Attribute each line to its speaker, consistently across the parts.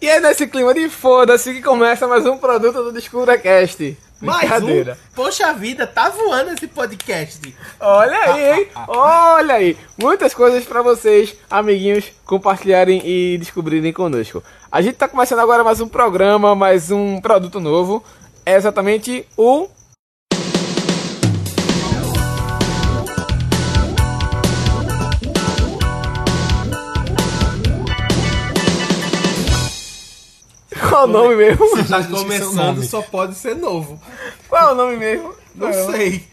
Speaker 1: E é nesse clima de foda-se que começa mais um produto do DescubraCast.
Speaker 2: Mais
Speaker 1: Brincadeira.
Speaker 2: um. Poxa vida, tá voando esse podcast.
Speaker 3: Tá
Speaker 1: Olha aí, hein? Olha aí. Muitas coisas pra vocês, amiguinhos, compartilharem e descobrirem conosco. A gente tá começando agora mais um programa, mais um produto novo. É exatamente o. Qual o nome mesmo?
Speaker 2: Tá
Speaker 3: esqueceu o
Speaker 2: começando,
Speaker 3: nome.
Speaker 2: só pode ser novo.
Speaker 1: Qual é o nome mesmo?
Speaker 2: Não
Speaker 3: É.
Speaker 2: sei.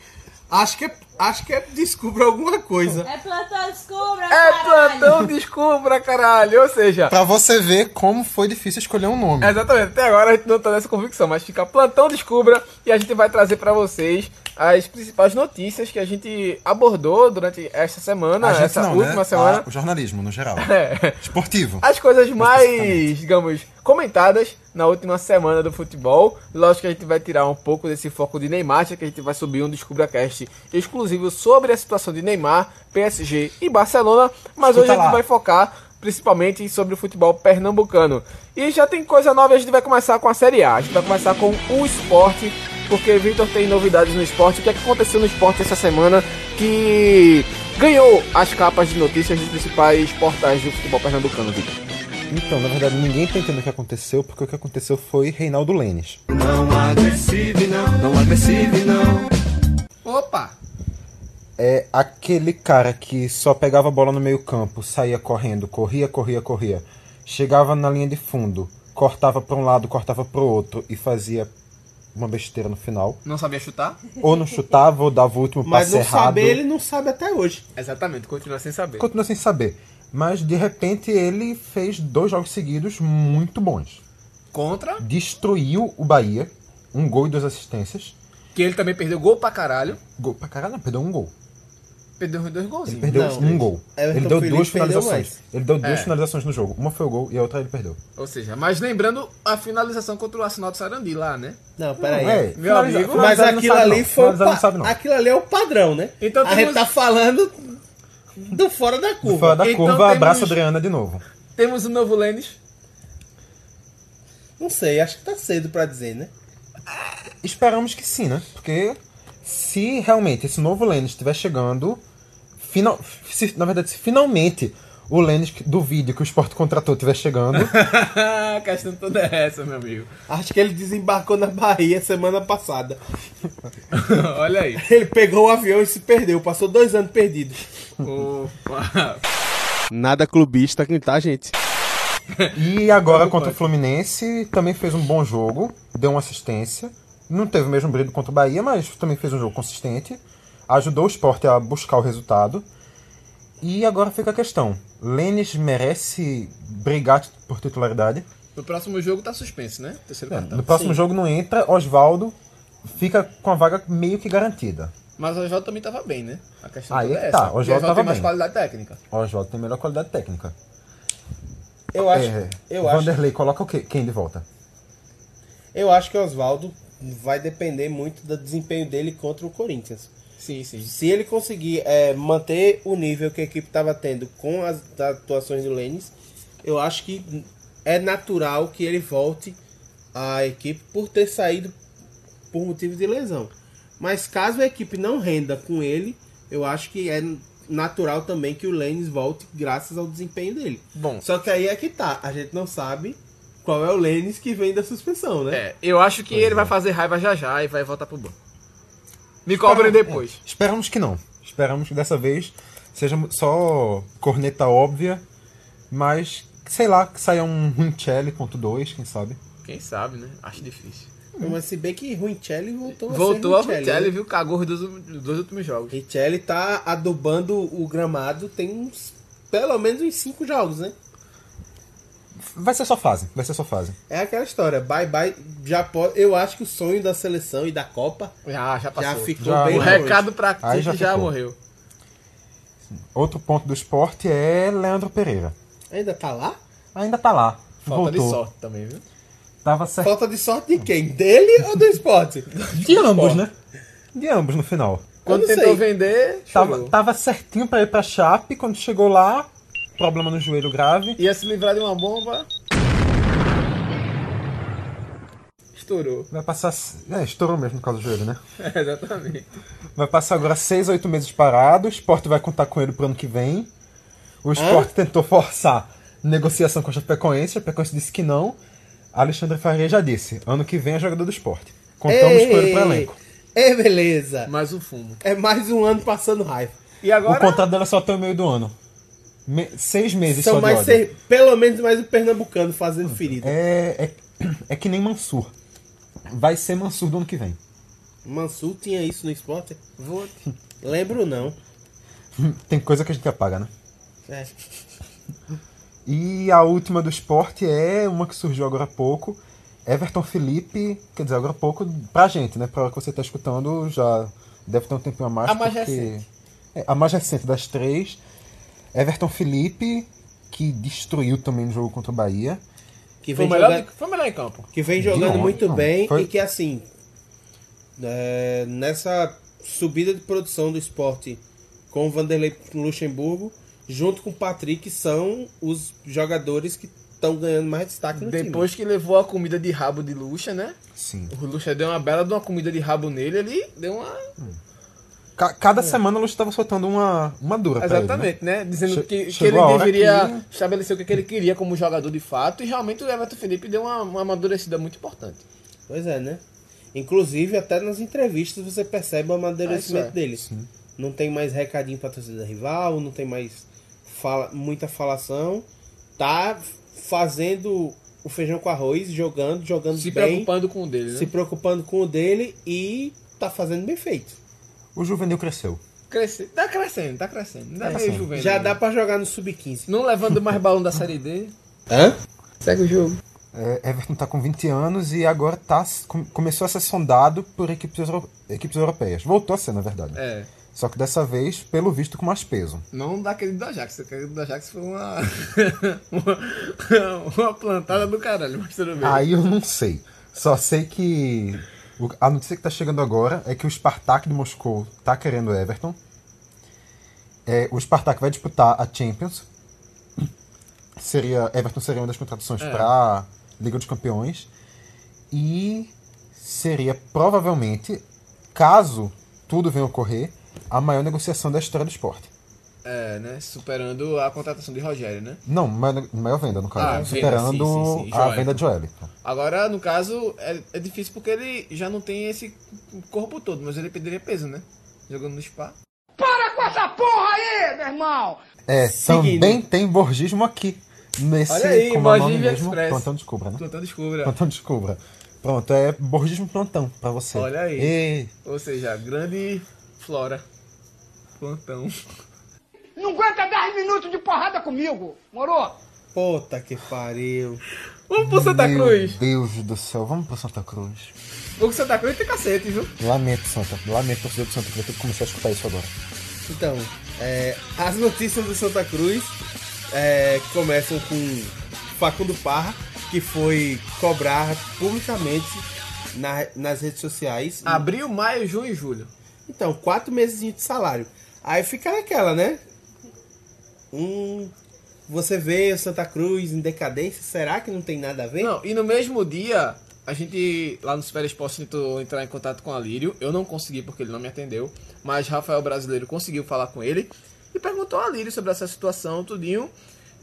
Speaker 2: Acho que é, acho que é descubra alguma coisa.
Speaker 4: É plantão descubra,
Speaker 1: É
Speaker 4: caralho.
Speaker 1: plantão descubra, caralho. Ou seja,
Speaker 3: Pra você ver como foi difícil escolher um nome.
Speaker 1: Exatamente, até agora a gente não tá nessa convicção, mas fica plantão descubra e a gente vai trazer pra vocês as principais notícias que a gente abordou durante esta semana,
Speaker 3: A gente
Speaker 1: essa
Speaker 3: não, né?
Speaker 1: última semana.
Speaker 3: Ah, o jornalismo, no geral.
Speaker 1: É.
Speaker 3: Esportivo.
Speaker 1: As coisas mais,
Speaker 3: especificamente.
Speaker 1: digamos, comentadas na última semana do futebol. Lógico que a gente vai tirar um pouco desse foco de Neymar, já que a gente vai subir um DescubraCast exclusivo sobre a situação de Neymar, PSG e Barcelona. Mas
Speaker 3: Escuta
Speaker 1: hoje a gente
Speaker 3: lá.
Speaker 1: vai focar principalmente sobre o futebol pernambucano. E já tem coisa nova, a gente vai começar com a Série A. A gente vai começar com o esporte, porque Vitor tem novidades no esporte. O que, é que aconteceu no esporte essa semana que ganhou as capas de notícias dos principais portais do futebol pernambucano, Vitor?
Speaker 3: Então, na verdade, ninguém tá entendendo o que aconteceu, porque o que aconteceu foi Reinaldo Lênis. Tá
Speaker 2: Opa!
Speaker 3: É aquele cara que só pegava a bola no meio campo, saía correndo, corria, corria, corria. Chegava na linha de fundo, cortava pra um lado, cortava pro outro e fazia uma besteira no final.
Speaker 1: Não sabia chutar?
Speaker 3: Ou não chutava, ou dava o último
Speaker 2: Mas
Speaker 3: passe
Speaker 2: não
Speaker 3: errado.
Speaker 2: saber, ele não sabe até hoje.
Speaker 1: Exatamente, continua sem saber.
Speaker 3: Continua sem saber. Mas de repente ele fez dois jogos seguidos muito bons.
Speaker 1: Contra,
Speaker 3: Destruiu o Bahia, um gol e duas assistências.
Speaker 1: que ele também perdeu gol pra caralho.
Speaker 3: Gol pra caralho, não, perdeu um gol.
Speaker 1: Perdeu dois
Speaker 3: Ele
Speaker 1: golzinhos.
Speaker 3: perdeu
Speaker 2: Não,
Speaker 3: um gol.
Speaker 2: Everton
Speaker 3: ele deu
Speaker 2: Felipe
Speaker 3: duas
Speaker 2: perdeu
Speaker 3: finalizações. Ele deu duas
Speaker 1: É.
Speaker 3: finalizações no jogo. Uma foi o gol e a outra ele perdeu.
Speaker 1: Ou seja, mas lembrando a finalização contra o Arsenal do Sarandi lá, né?
Speaker 2: Não, peraí.
Speaker 3: É,
Speaker 1: meu
Speaker 3: finaliza-
Speaker 1: amigo,
Speaker 2: Mas
Speaker 3: finalizar ele não
Speaker 2: aquilo
Speaker 3: sabe,
Speaker 2: ali
Speaker 3: não.
Speaker 2: foi. o
Speaker 3: Finalizar ele
Speaker 2: pa-
Speaker 3: não sabe não.
Speaker 2: Aquilo ali é o padrão, né?
Speaker 1: Então
Speaker 2: a gente
Speaker 1: temos-
Speaker 2: tá falando do fora da curva.
Speaker 3: Fora da
Speaker 1: Então
Speaker 3: curva,
Speaker 1: temos-
Speaker 3: abraça a Adriana de novo.
Speaker 1: Temos o novo Lênis.
Speaker 2: Não sei, acho que tá cedo pra dizer, né?
Speaker 3: Esperamos que sim, né? Porque se realmente esse novo Lênis estiver chegando, final, se- na verdade, se finalmente o Lênis do vídeo que o Sport contratou estiver chegando,
Speaker 1: a questão toda é essa, meu amigo.
Speaker 2: Acho que ele desembarcou na Bahia semana passada.
Speaker 1: Olha aí.
Speaker 2: Ele pegou o avião e se perdeu. Passou dois anos perdido.
Speaker 1: Opa.
Speaker 5: Nada clubista aqui, tá, gente?
Speaker 3: e agora contra o Fluminense, também fez um bom jogo, deu uma assistência. Não teve o mesmo brilho contra o Bahia, mas também fez um jogo consistente. Ajudou o Sport a buscar o resultado. E agora fica a questão: Lênis merece brigar por titularidade?
Speaker 1: No próximo jogo tá suspenso, né? Terceiro cartão.
Speaker 3: É, No próximo jogo não entra, Oswaldo fica com a vaga meio que garantida.
Speaker 1: Mas o Oswaldo também tava bem, né? A questão
Speaker 3: Aí
Speaker 1: toda é
Speaker 3: é que
Speaker 1: essa.
Speaker 3: tá, o
Speaker 1: Porque
Speaker 3: Oswaldo tava
Speaker 1: tem mais
Speaker 3: bem.
Speaker 1: qualidade técnica.
Speaker 3: Oswaldo tem melhor qualidade técnica.
Speaker 2: Eu acho.
Speaker 3: É,
Speaker 2: eu acho.
Speaker 3: Vanderlei coloca o quê? Quem de volta?
Speaker 2: Eu acho que o Oswaldo vai depender muito do desempenho dele contra o Corinthians.
Speaker 1: Sim, sim.
Speaker 2: Se ele conseguir é, manter o nível que a equipe estava tendo com as atuações do Lênis, eu acho que é natural que ele volte à equipe por ter saído por motivo de lesão. Mas caso a equipe não renda com ele, eu acho que é natural também que o Lênis volte graças ao desempenho dele.
Speaker 1: Bom.
Speaker 2: Só que aí é que tá, a gente não sabe qual é o Lênis que vem da suspensão, né?
Speaker 1: É, eu acho que ele vai fazer raiva já já e vai voltar pro banco. Me cobrem depois.
Speaker 3: É, esperamos que não. Esperamos que dessa vez seja só corneta óbvia, mas sei lá, que saia um Rincelli ponto 2, quem sabe.
Speaker 1: Quem sabe, né? Acho difícil.
Speaker 2: Mas se bem que Ruincelli voltou,
Speaker 1: Voltou ao
Speaker 2: a ser
Speaker 1: Vitelli, viu? Cagou os dois, os dois últimos jogos.
Speaker 2: Richelli tá adubando o gramado tem uns pelo menos uns cinco jogos, né?
Speaker 3: Vai ser só fase, vai ser só fase.
Speaker 2: É aquela história, bye bye, já pode, eu acho que o sonho da seleção e da Copa
Speaker 1: Já, já passou.
Speaker 2: já ficou
Speaker 3: Já
Speaker 2: bem
Speaker 1: O
Speaker 3: morreu.
Speaker 2: longe.
Speaker 1: recado pra
Speaker 3: Aí
Speaker 1: gente já,
Speaker 3: já ficou.
Speaker 1: morreu.
Speaker 3: Outro ponto do esporte é Leandro Pereira.
Speaker 2: Ainda tá lá?
Speaker 3: Ainda tá lá.
Speaker 1: Falta de
Speaker 3: voltou.
Speaker 1: sorte também, viu?
Speaker 3: Tava certo.
Speaker 2: Falta de sorte de quem? Dele ou do esporte?
Speaker 3: De ambos, né? De ambos no final.
Speaker 1: Quando
Speaker 2: não sei.
Speaker 1: tentou vender,
Speaker 3: Tava,
Speaker 1: chorou.
Speaker 3: tava certinho pra ir pra Chape, quando chegou lá, problema no joelho grave.
Speaker 1: Ia se livrar de uma bomba.
Speaker 2: estourou.
Speaker 3: Vai passar. s- É, estourou mesmo por causa do joelho, né?
Speaker 2: É, exatamente.
Speaker 3: Vai passar agora seis, oito meses parado. O esporte vai contar com ele pro ano que vem. O esporte tentou forçar negociação com a Chapecoense. A Chapecoense disse que não. Alexandre Faria já disse: ano que vem é jogador do esporte. Contamos com ele pro elenco.
Speaker 2: É, beleza.
Speaker 1: Mais um fumo.
Speaker 2: É mais um ano passando raiva.
Speaker 1: E agora.
Speaker 3: O contrato dela só até o meio do ano. Me- seis meses
Speaker 2: São
Speaker 3: só
Speaker 2: mais
Speaker 3: de ódio.
Speaker 2: seis- pelo menos mais um pernambucano fazendo ferida.
Speaker 3: É, é, é que nem Mansur. Vai ser Mansur do ano que vem.
Speaker 2: Mansur tinha isso no esporte? Vou. Lembro não.
Speaker 3: Tem coisa que a gente apaga, né?
Speaker 2: É.
Speaker 3: E a última do esporte é uma que surgiu agora há pouco. Everton Felipe, quer dizer, agora há pouco, pra gente, né? Pra hora que você tá escutando, já deve ter um tempinho a mais.
Speaker 2: A mais recente.
Speaker 3: É, a mais recente das três. Everton Felipe, que destruiu também no jogo contra o Bahia.
Speaker 2: Que
Speaker 1: Foi
Speaker 2: vem,
Speaker 1: o melhor,
Speaker 2: joga-
Speaker 1: de- foi o melhor em campo.
Speaker 2: que vem jogando
Speaker 3: Não,
Speaker 2: muito
Speaker 3: não,
Speaker 2: bem
Speaker 3: foi-
Speaker 2: e que assim. é, nessa subida de produção do esporte com o Vanderlei Luxemburgo, junto com o Patrick, são os jogadores que estão ganhando mais destaque no time.
Speaker 1: Depois que levou a comida de rabo de Lucha, né?
Speaker 3: Sim.
Speaker 1: O Lucha deu uma bela de uma comida de rabo nele ali, deu uma.
Speaker 3: Ca- cada semana o Lúcio tava soltando uma, uma dura pra ele, né?
Speaker 1: Exatamente, né? Dizendo
Speaker 3: Che-
Speaker 1: que, que
Speaker 3: chegou
Speaker 1: ele
Speaker 3: a hora
Speaker 1: deveria estabelecer o que que ele queria como jogador de fato. E realmente o Everton Felipe deu uma, uma amadurecida muito importante.
Speaker 2: Pois é, né? Inclusive, até nas entrevistas você percebe o amadurecimento
Speaker 1: Ah, isso é.
Speaker 2: deles. Não tem mais recadinho pra torcida rival, não tem mais fala, muita falação. Tá fazendo o feijão com arroz, jogando, jogando
Speaker 1: Se
Speaker 2: bem,
Speaker 1: preocupando com o dele, né?
Speaker 2: se preocupando com o dele e tá fazendo bem feito.
Speaker 3: O juvenil cresceu.
Speaker 1: Cresce... Tá crescendo, tá crescendo. Ainda
Speaker 3: Tá
Speaker 1: meio
Speaker 3: crescendo.
Speaker 1: juvenil. né?
Speaker 2: Já dá pra jogar no sub-15.
Speaker 1: Não levando mais balão da Série D.
Speaker 2: Hã?
Speaker 1: Segue o jogo.
Speaker 3: É, Everton tá com 20 anos e agora tá, com- começou a ser sondado por equipes, euro- equipes europeias. Voltou a ser, na verdade.
Speaker 1: É.
Speaker 3: Só que dessa vez, pelo visto, com mais peso.
Speaker 1: Não daquele do Ajax. Aquele do Ajax foi uma. uma, uma plantada do caralho, mas tudo bem.
Speaker 3: Aí eu não sei. Só sei que o- a notícia que tá chegando agora é que o Spartak de Moscou tá querendo o Everton. É, o Spartak vai disputar a Champions. Seria, Everton seria uma das contratações pra para Liga dos Campeões. E seria provavelmente, caso tudo venha a ocorrer, a maior negociação da história do esporte.
Speaker 1: É, né? Superando a contratação de Rogério, né?
Speaker 3: Não, maior, maior venda, no caso.
Speaker 1: Ah, venda,
Speaker 3: superando
Speaker 2: sim, sim, sim.
Speaker 3: a
Speaker 1: Joel.
Speaker 3: venda de então. Joelito.
Speaker 1: Agora, no caso, é, é difícil porque ele já não tem esse corpo todo, mas ele perderia peso, né? Jogando no spa.
Speaker 3: É,
Speaker 2: Seguindo.
Speaker 3: também tem borgismo aqui. Nesse,
Speaker 1: Olha aí,
Speaker 3: como é o nome
Speaker 1: Borgismo
Speaker 3: mesmo,
Speaker 1: Express.
Speaker 3: plantão descubra, né?
Speaker 1: Plantão descubra.
Speaker 3: Plantão descubra. Pronto, é borgismo plantão pra você.
Speaker 1: Olha aí.
Speaker 3: E,
Speaker 1: Ou seja, grande flora. Plantão.
Speaker 4: Não aguenta 10 minutos de porrada comigo, moro?
Speaker 2: Puta que pariu.
Speaker 1: Vamos pro Santa
Speaker 3: meu
Speaker 1: Cruz.
Speaker 3: Deus do céu, vamos pro Santa Cruz.
Speaker 1: Vamos pro Santa Cruz tem cacete, viu?
Speaker 3: Lamento, Santa. Lamento, torcedor do Santa Cruz. Tem que começar a escutar isso agora.
Speaker 2: Então, é, as notícias do Santa Cruz é, começam com Facundo Parra, que foi cobrar publicamente na- nas redes sociais.
Speaker 1: Abril, maio, junho e julho.
Speaker 2: Então, quatro meses de salário. Aí fica naquela, né? Hum, você vê o Santa Cruz em decadência, será que não tem nada a ver?
Speaker 1: Não, e no mesmo dia, a gente lá no Super Esporte tentou entrar em contato com a Lírio. Eu não consegui porque ele não me atendeu, mas Rafael Brasileiro conseguiu falar com ele e perguntou a Lírio sobre essa situação, tudinho.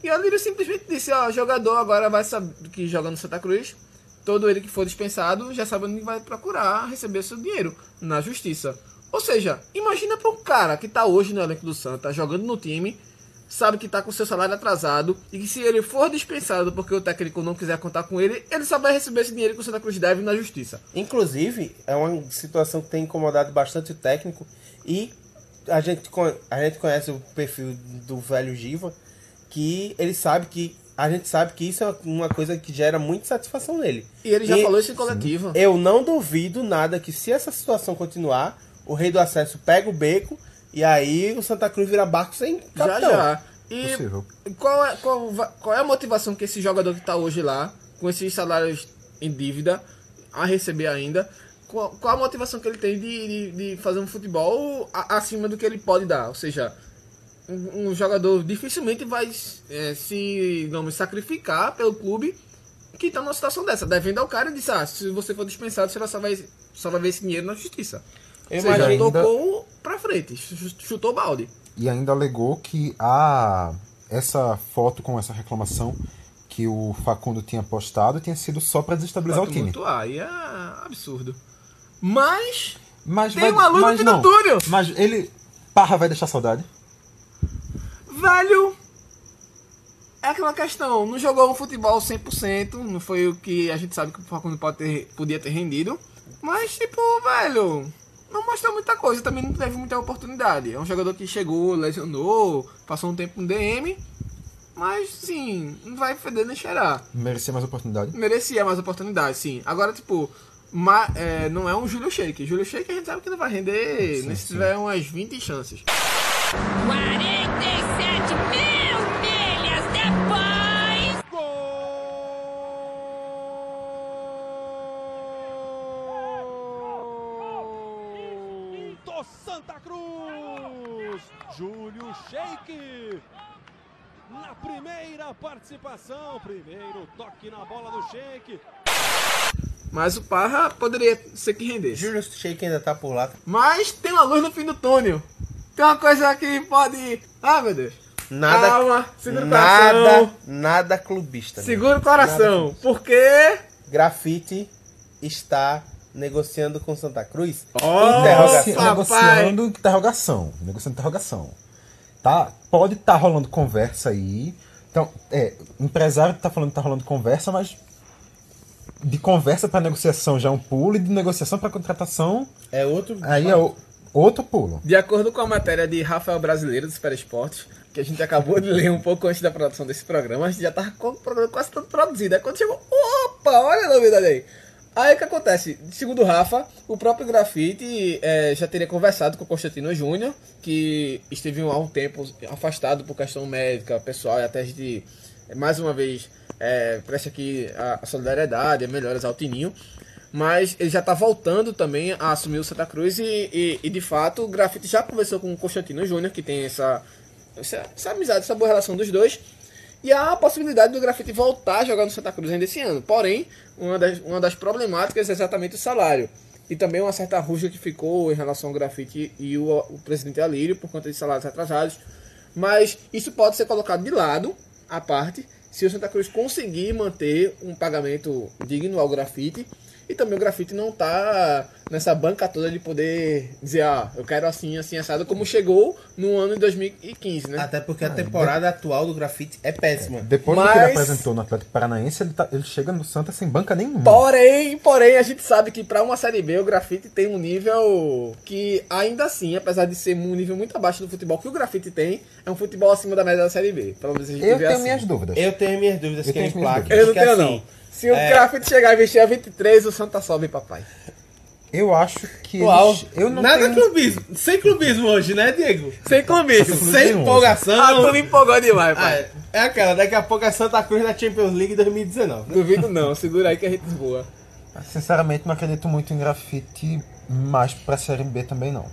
Speaker 1: E a Lírio simplesmente disse: Ó, jogador agora vai saber que joga no Santa Cruz. Todo ele que for dispensado já sabe onde vai procurar receber seu dinheiro na justiça. Ou seja, imagina para um cara que tá hoje no elenco do Santa, jogando no time, sabe que tá com seu salário atrasado e que se ele for dispensado porque o técnico não quiser contar com ele, ele só vai receber esse dinheiro que o Santa Cruz deve na justiça.
Speaker 2: Inclusive, é uma situação que tem incomodado bastante o técnico e a gente, con- a gente conhece o perfil do velho Giva, que ele sabe que a gente sabe que isso é uma coisa que gera muita satisfação nele.
Speaker 1: E ele já falou isso em coletiva.
Speaker 2: Eu não duvido nada que se essa situação continuar, o Rei do Acesso pega o beco e aí o Santa Cruz vira barco sem
Speaker 1: Já,
Speaker 2: capitão.
Speaker 1: já. E
Speaker 3: Possível.
Speaker 1: qual é, qual, va- qual é a motivação que esse jogador que tá hoje lá, com esses salários em dívida, a receber ainda, qual, qual a motivação que ele tem de, de, de fazer um futebol a- acima do que ele pode dar? Ou seja, um, um jogador dificilmente vai é, se, digamos, sacrificar pelo clube que está numa situação dessa, devendo ao cara e disse, ah, se você for dispensado, você só vai, só vai ver esse dinheiro na justiça.
Speaker 2: Eu
Speaker 1: Ou seja,
Speaker 2: imagino-
Speaker 1: tocou pra frente, chu- chutou balde.
Speaker 3: E ainda alegou que a essa foto com essa reclamação que o Facundo tinha postado tinha sido só para desestabilizar o time.
Speaker 1: Tumultuar, e é absurdo. Mas,
Speaker 3: Mas
Speaker 1: Tem uma luz no
Speaker 3: mas
Speaker 1: fim do
Speaker 3: não.
Speaker 1: túnel.
Speaker 3: Mas ele Parra vai deixar saudade.
Speaker 1: velho, é aquela questão, não jogou um futebol 100%, não foi o que a gente sabe que o Facundo pode ter- podia ter rendido, mas tipo, velho, não mostrou muita coisa, também não teve muita oportunidade. É um jogador que chegou, lesionou, passou um tempo no DM, mas sim, não vai feder nem cheirar.
Speaker 3: Merecia mais oportunidade.
Speaker 1: Merecia mais oportunidade, sim. Agora, tipo, ma- é, não é um Júlio Shake. Júlio Shake a gente sabe que não vai render
Speaker 3: Sim,
Speaker 1: nem se
Speaker 3: sim.
Speaker 1: tiver umas 20 chances.
Speaker 6: 47 mil milhas depois.
Speaker 7: do Santa Cruz. Júlio Sheik. Na primeira participação, primeiro toque na bola do Sheik.
Speaker 1: Mas o Parra poderia ser que rendesse.
Speaker 2: Julius Shake ainda tá por lá.
Speaker 1: Mas tem uma luz no fim do túnel. Tem uma coisa que pode. Ah, meu Deus.
Speaker 2: Nada.
Speaker 1: Calma, segura o
Speaker 2: nada,
Speaker 1: coração.
Speaker 2: nada clubista. né?
Speaker 1: Segura o coração. Porque.
Speaker 2: Grafite está negociando com Santa Cruz.
Speaker 1: Ó,
Speaker 2: Interrogação.
Speaker 1: papai.
Speaker 3: negociando interrogação. Negociando interrogação. Tá? Pode estar rolando conversa aí. Então, é, empresário tá falando que tá rolando conversa, mas de conversa para negociação já é um pulo e de negociação para contratação
Speaker 2: É outro.
Speaker 3: aí é o- outro pulo.
Speaker 1: De acordo com a matéria de Rafael Brasileiro do Super Esportes, que a gente acabou de ler um pouco antes da produção desse programa, a gente já tava com o programa quase todo produzido. Aí quando chegou, opa, olha a novidade aí. Aí o que acontece? Segundo o Rafa, o próprio Grafite eh, já teria conversado com o Constantino Júnior, que esteve há um tempo afastado por questão médica, pessoal, e até a gente, eh, mais uma vez, eh, presta aqui a a solidariedade, melhoras ao Tininho. Mas ele já tá voltando também a assumir o Santa Cruz e, e- e, de fato o Grafite já conversou com o Constantino Júnior, que tem essa, essa, essa amizade, essa boa relação dos dois. E há a possibilidade do Grafite voltar a jogar no Santa Cruz ainda esse ano. Porém, uma das, uma das problemáticas é exatamente o salário. E também uma certa rusga que ficou em relação ao Grafite e o, o presidente Alírio por conta de salários atrasados. Mas isso pode ser colocado de lado, à parte, se o Santa Cruz conseguir manter um pagamento digno ao Grafite. E também o grafite não tá nessa banca toda de poder dizer, ah, eu quero assim, assim, assado, como chegou no ano de 2015, né?
Speaker 2: Até porque a temporada atual do grafite é péssima.
Speaker 3: Depois do que ele
Speaker 1: Mas-
Speaker 3: apresentou no Atlético Paranaense, ele, tá- ele chega no Santa sem banca nenhuma.
Speaker 1: Porém, porém, a gente sabe que para uma série B o grafite tem um nível que ainda assim, apesar de ser um nível muito abaixo do futebol que o grafite tem, é um futebol acima da média da série B. Pelo menos a gente
Speaker 3: Eu
Speaker 1: vê
Speaker 3: tenho
Speaker 1: assim.
Speaker 3: minhas dúvidas.
Speaker 2: Eu tenho minhas dúvidas
Speaker 3: Eu
Speaker 2: que me
Speaker 3: tenho minhas
Speaker 2: placa.
Speaker 3: dúvidas.
Speaker 1: Eu não
Speaker 2: porque
Speaker 1: tenho
Speaker 2: assim,
Speaker 1: não. Se o grafite chegar e vestir a 23, o Santa sobe, papai.
Speaker 3: Eu acho que
Speaker 2: Uau,
Speaker 3: eles, eu não
Speaker 2: nada
Speaker 3: tenho...
Speaker 2: clubismo. Sem clubismo hoje, né, Diego?
Speaker 1: Sem clubismo.
Speaker 3: Sem
Speaker 2: Sem
Speaker 3: clubismo.
Speaker 2: empolgação.
Speaker 1: Ah, tu me empolgou demais,
Speaker 2: tá Ah,
Speaker 1: pai.
Speaker 2: é- é aquela, daqui a pouco é Santa Cruz na Champions League 2019.
Speaker 1: Duvido não, segura aí que a gente voa.
Speaker 3: Sinceramente, não acredito muito em grafite, mas pra Série B também não.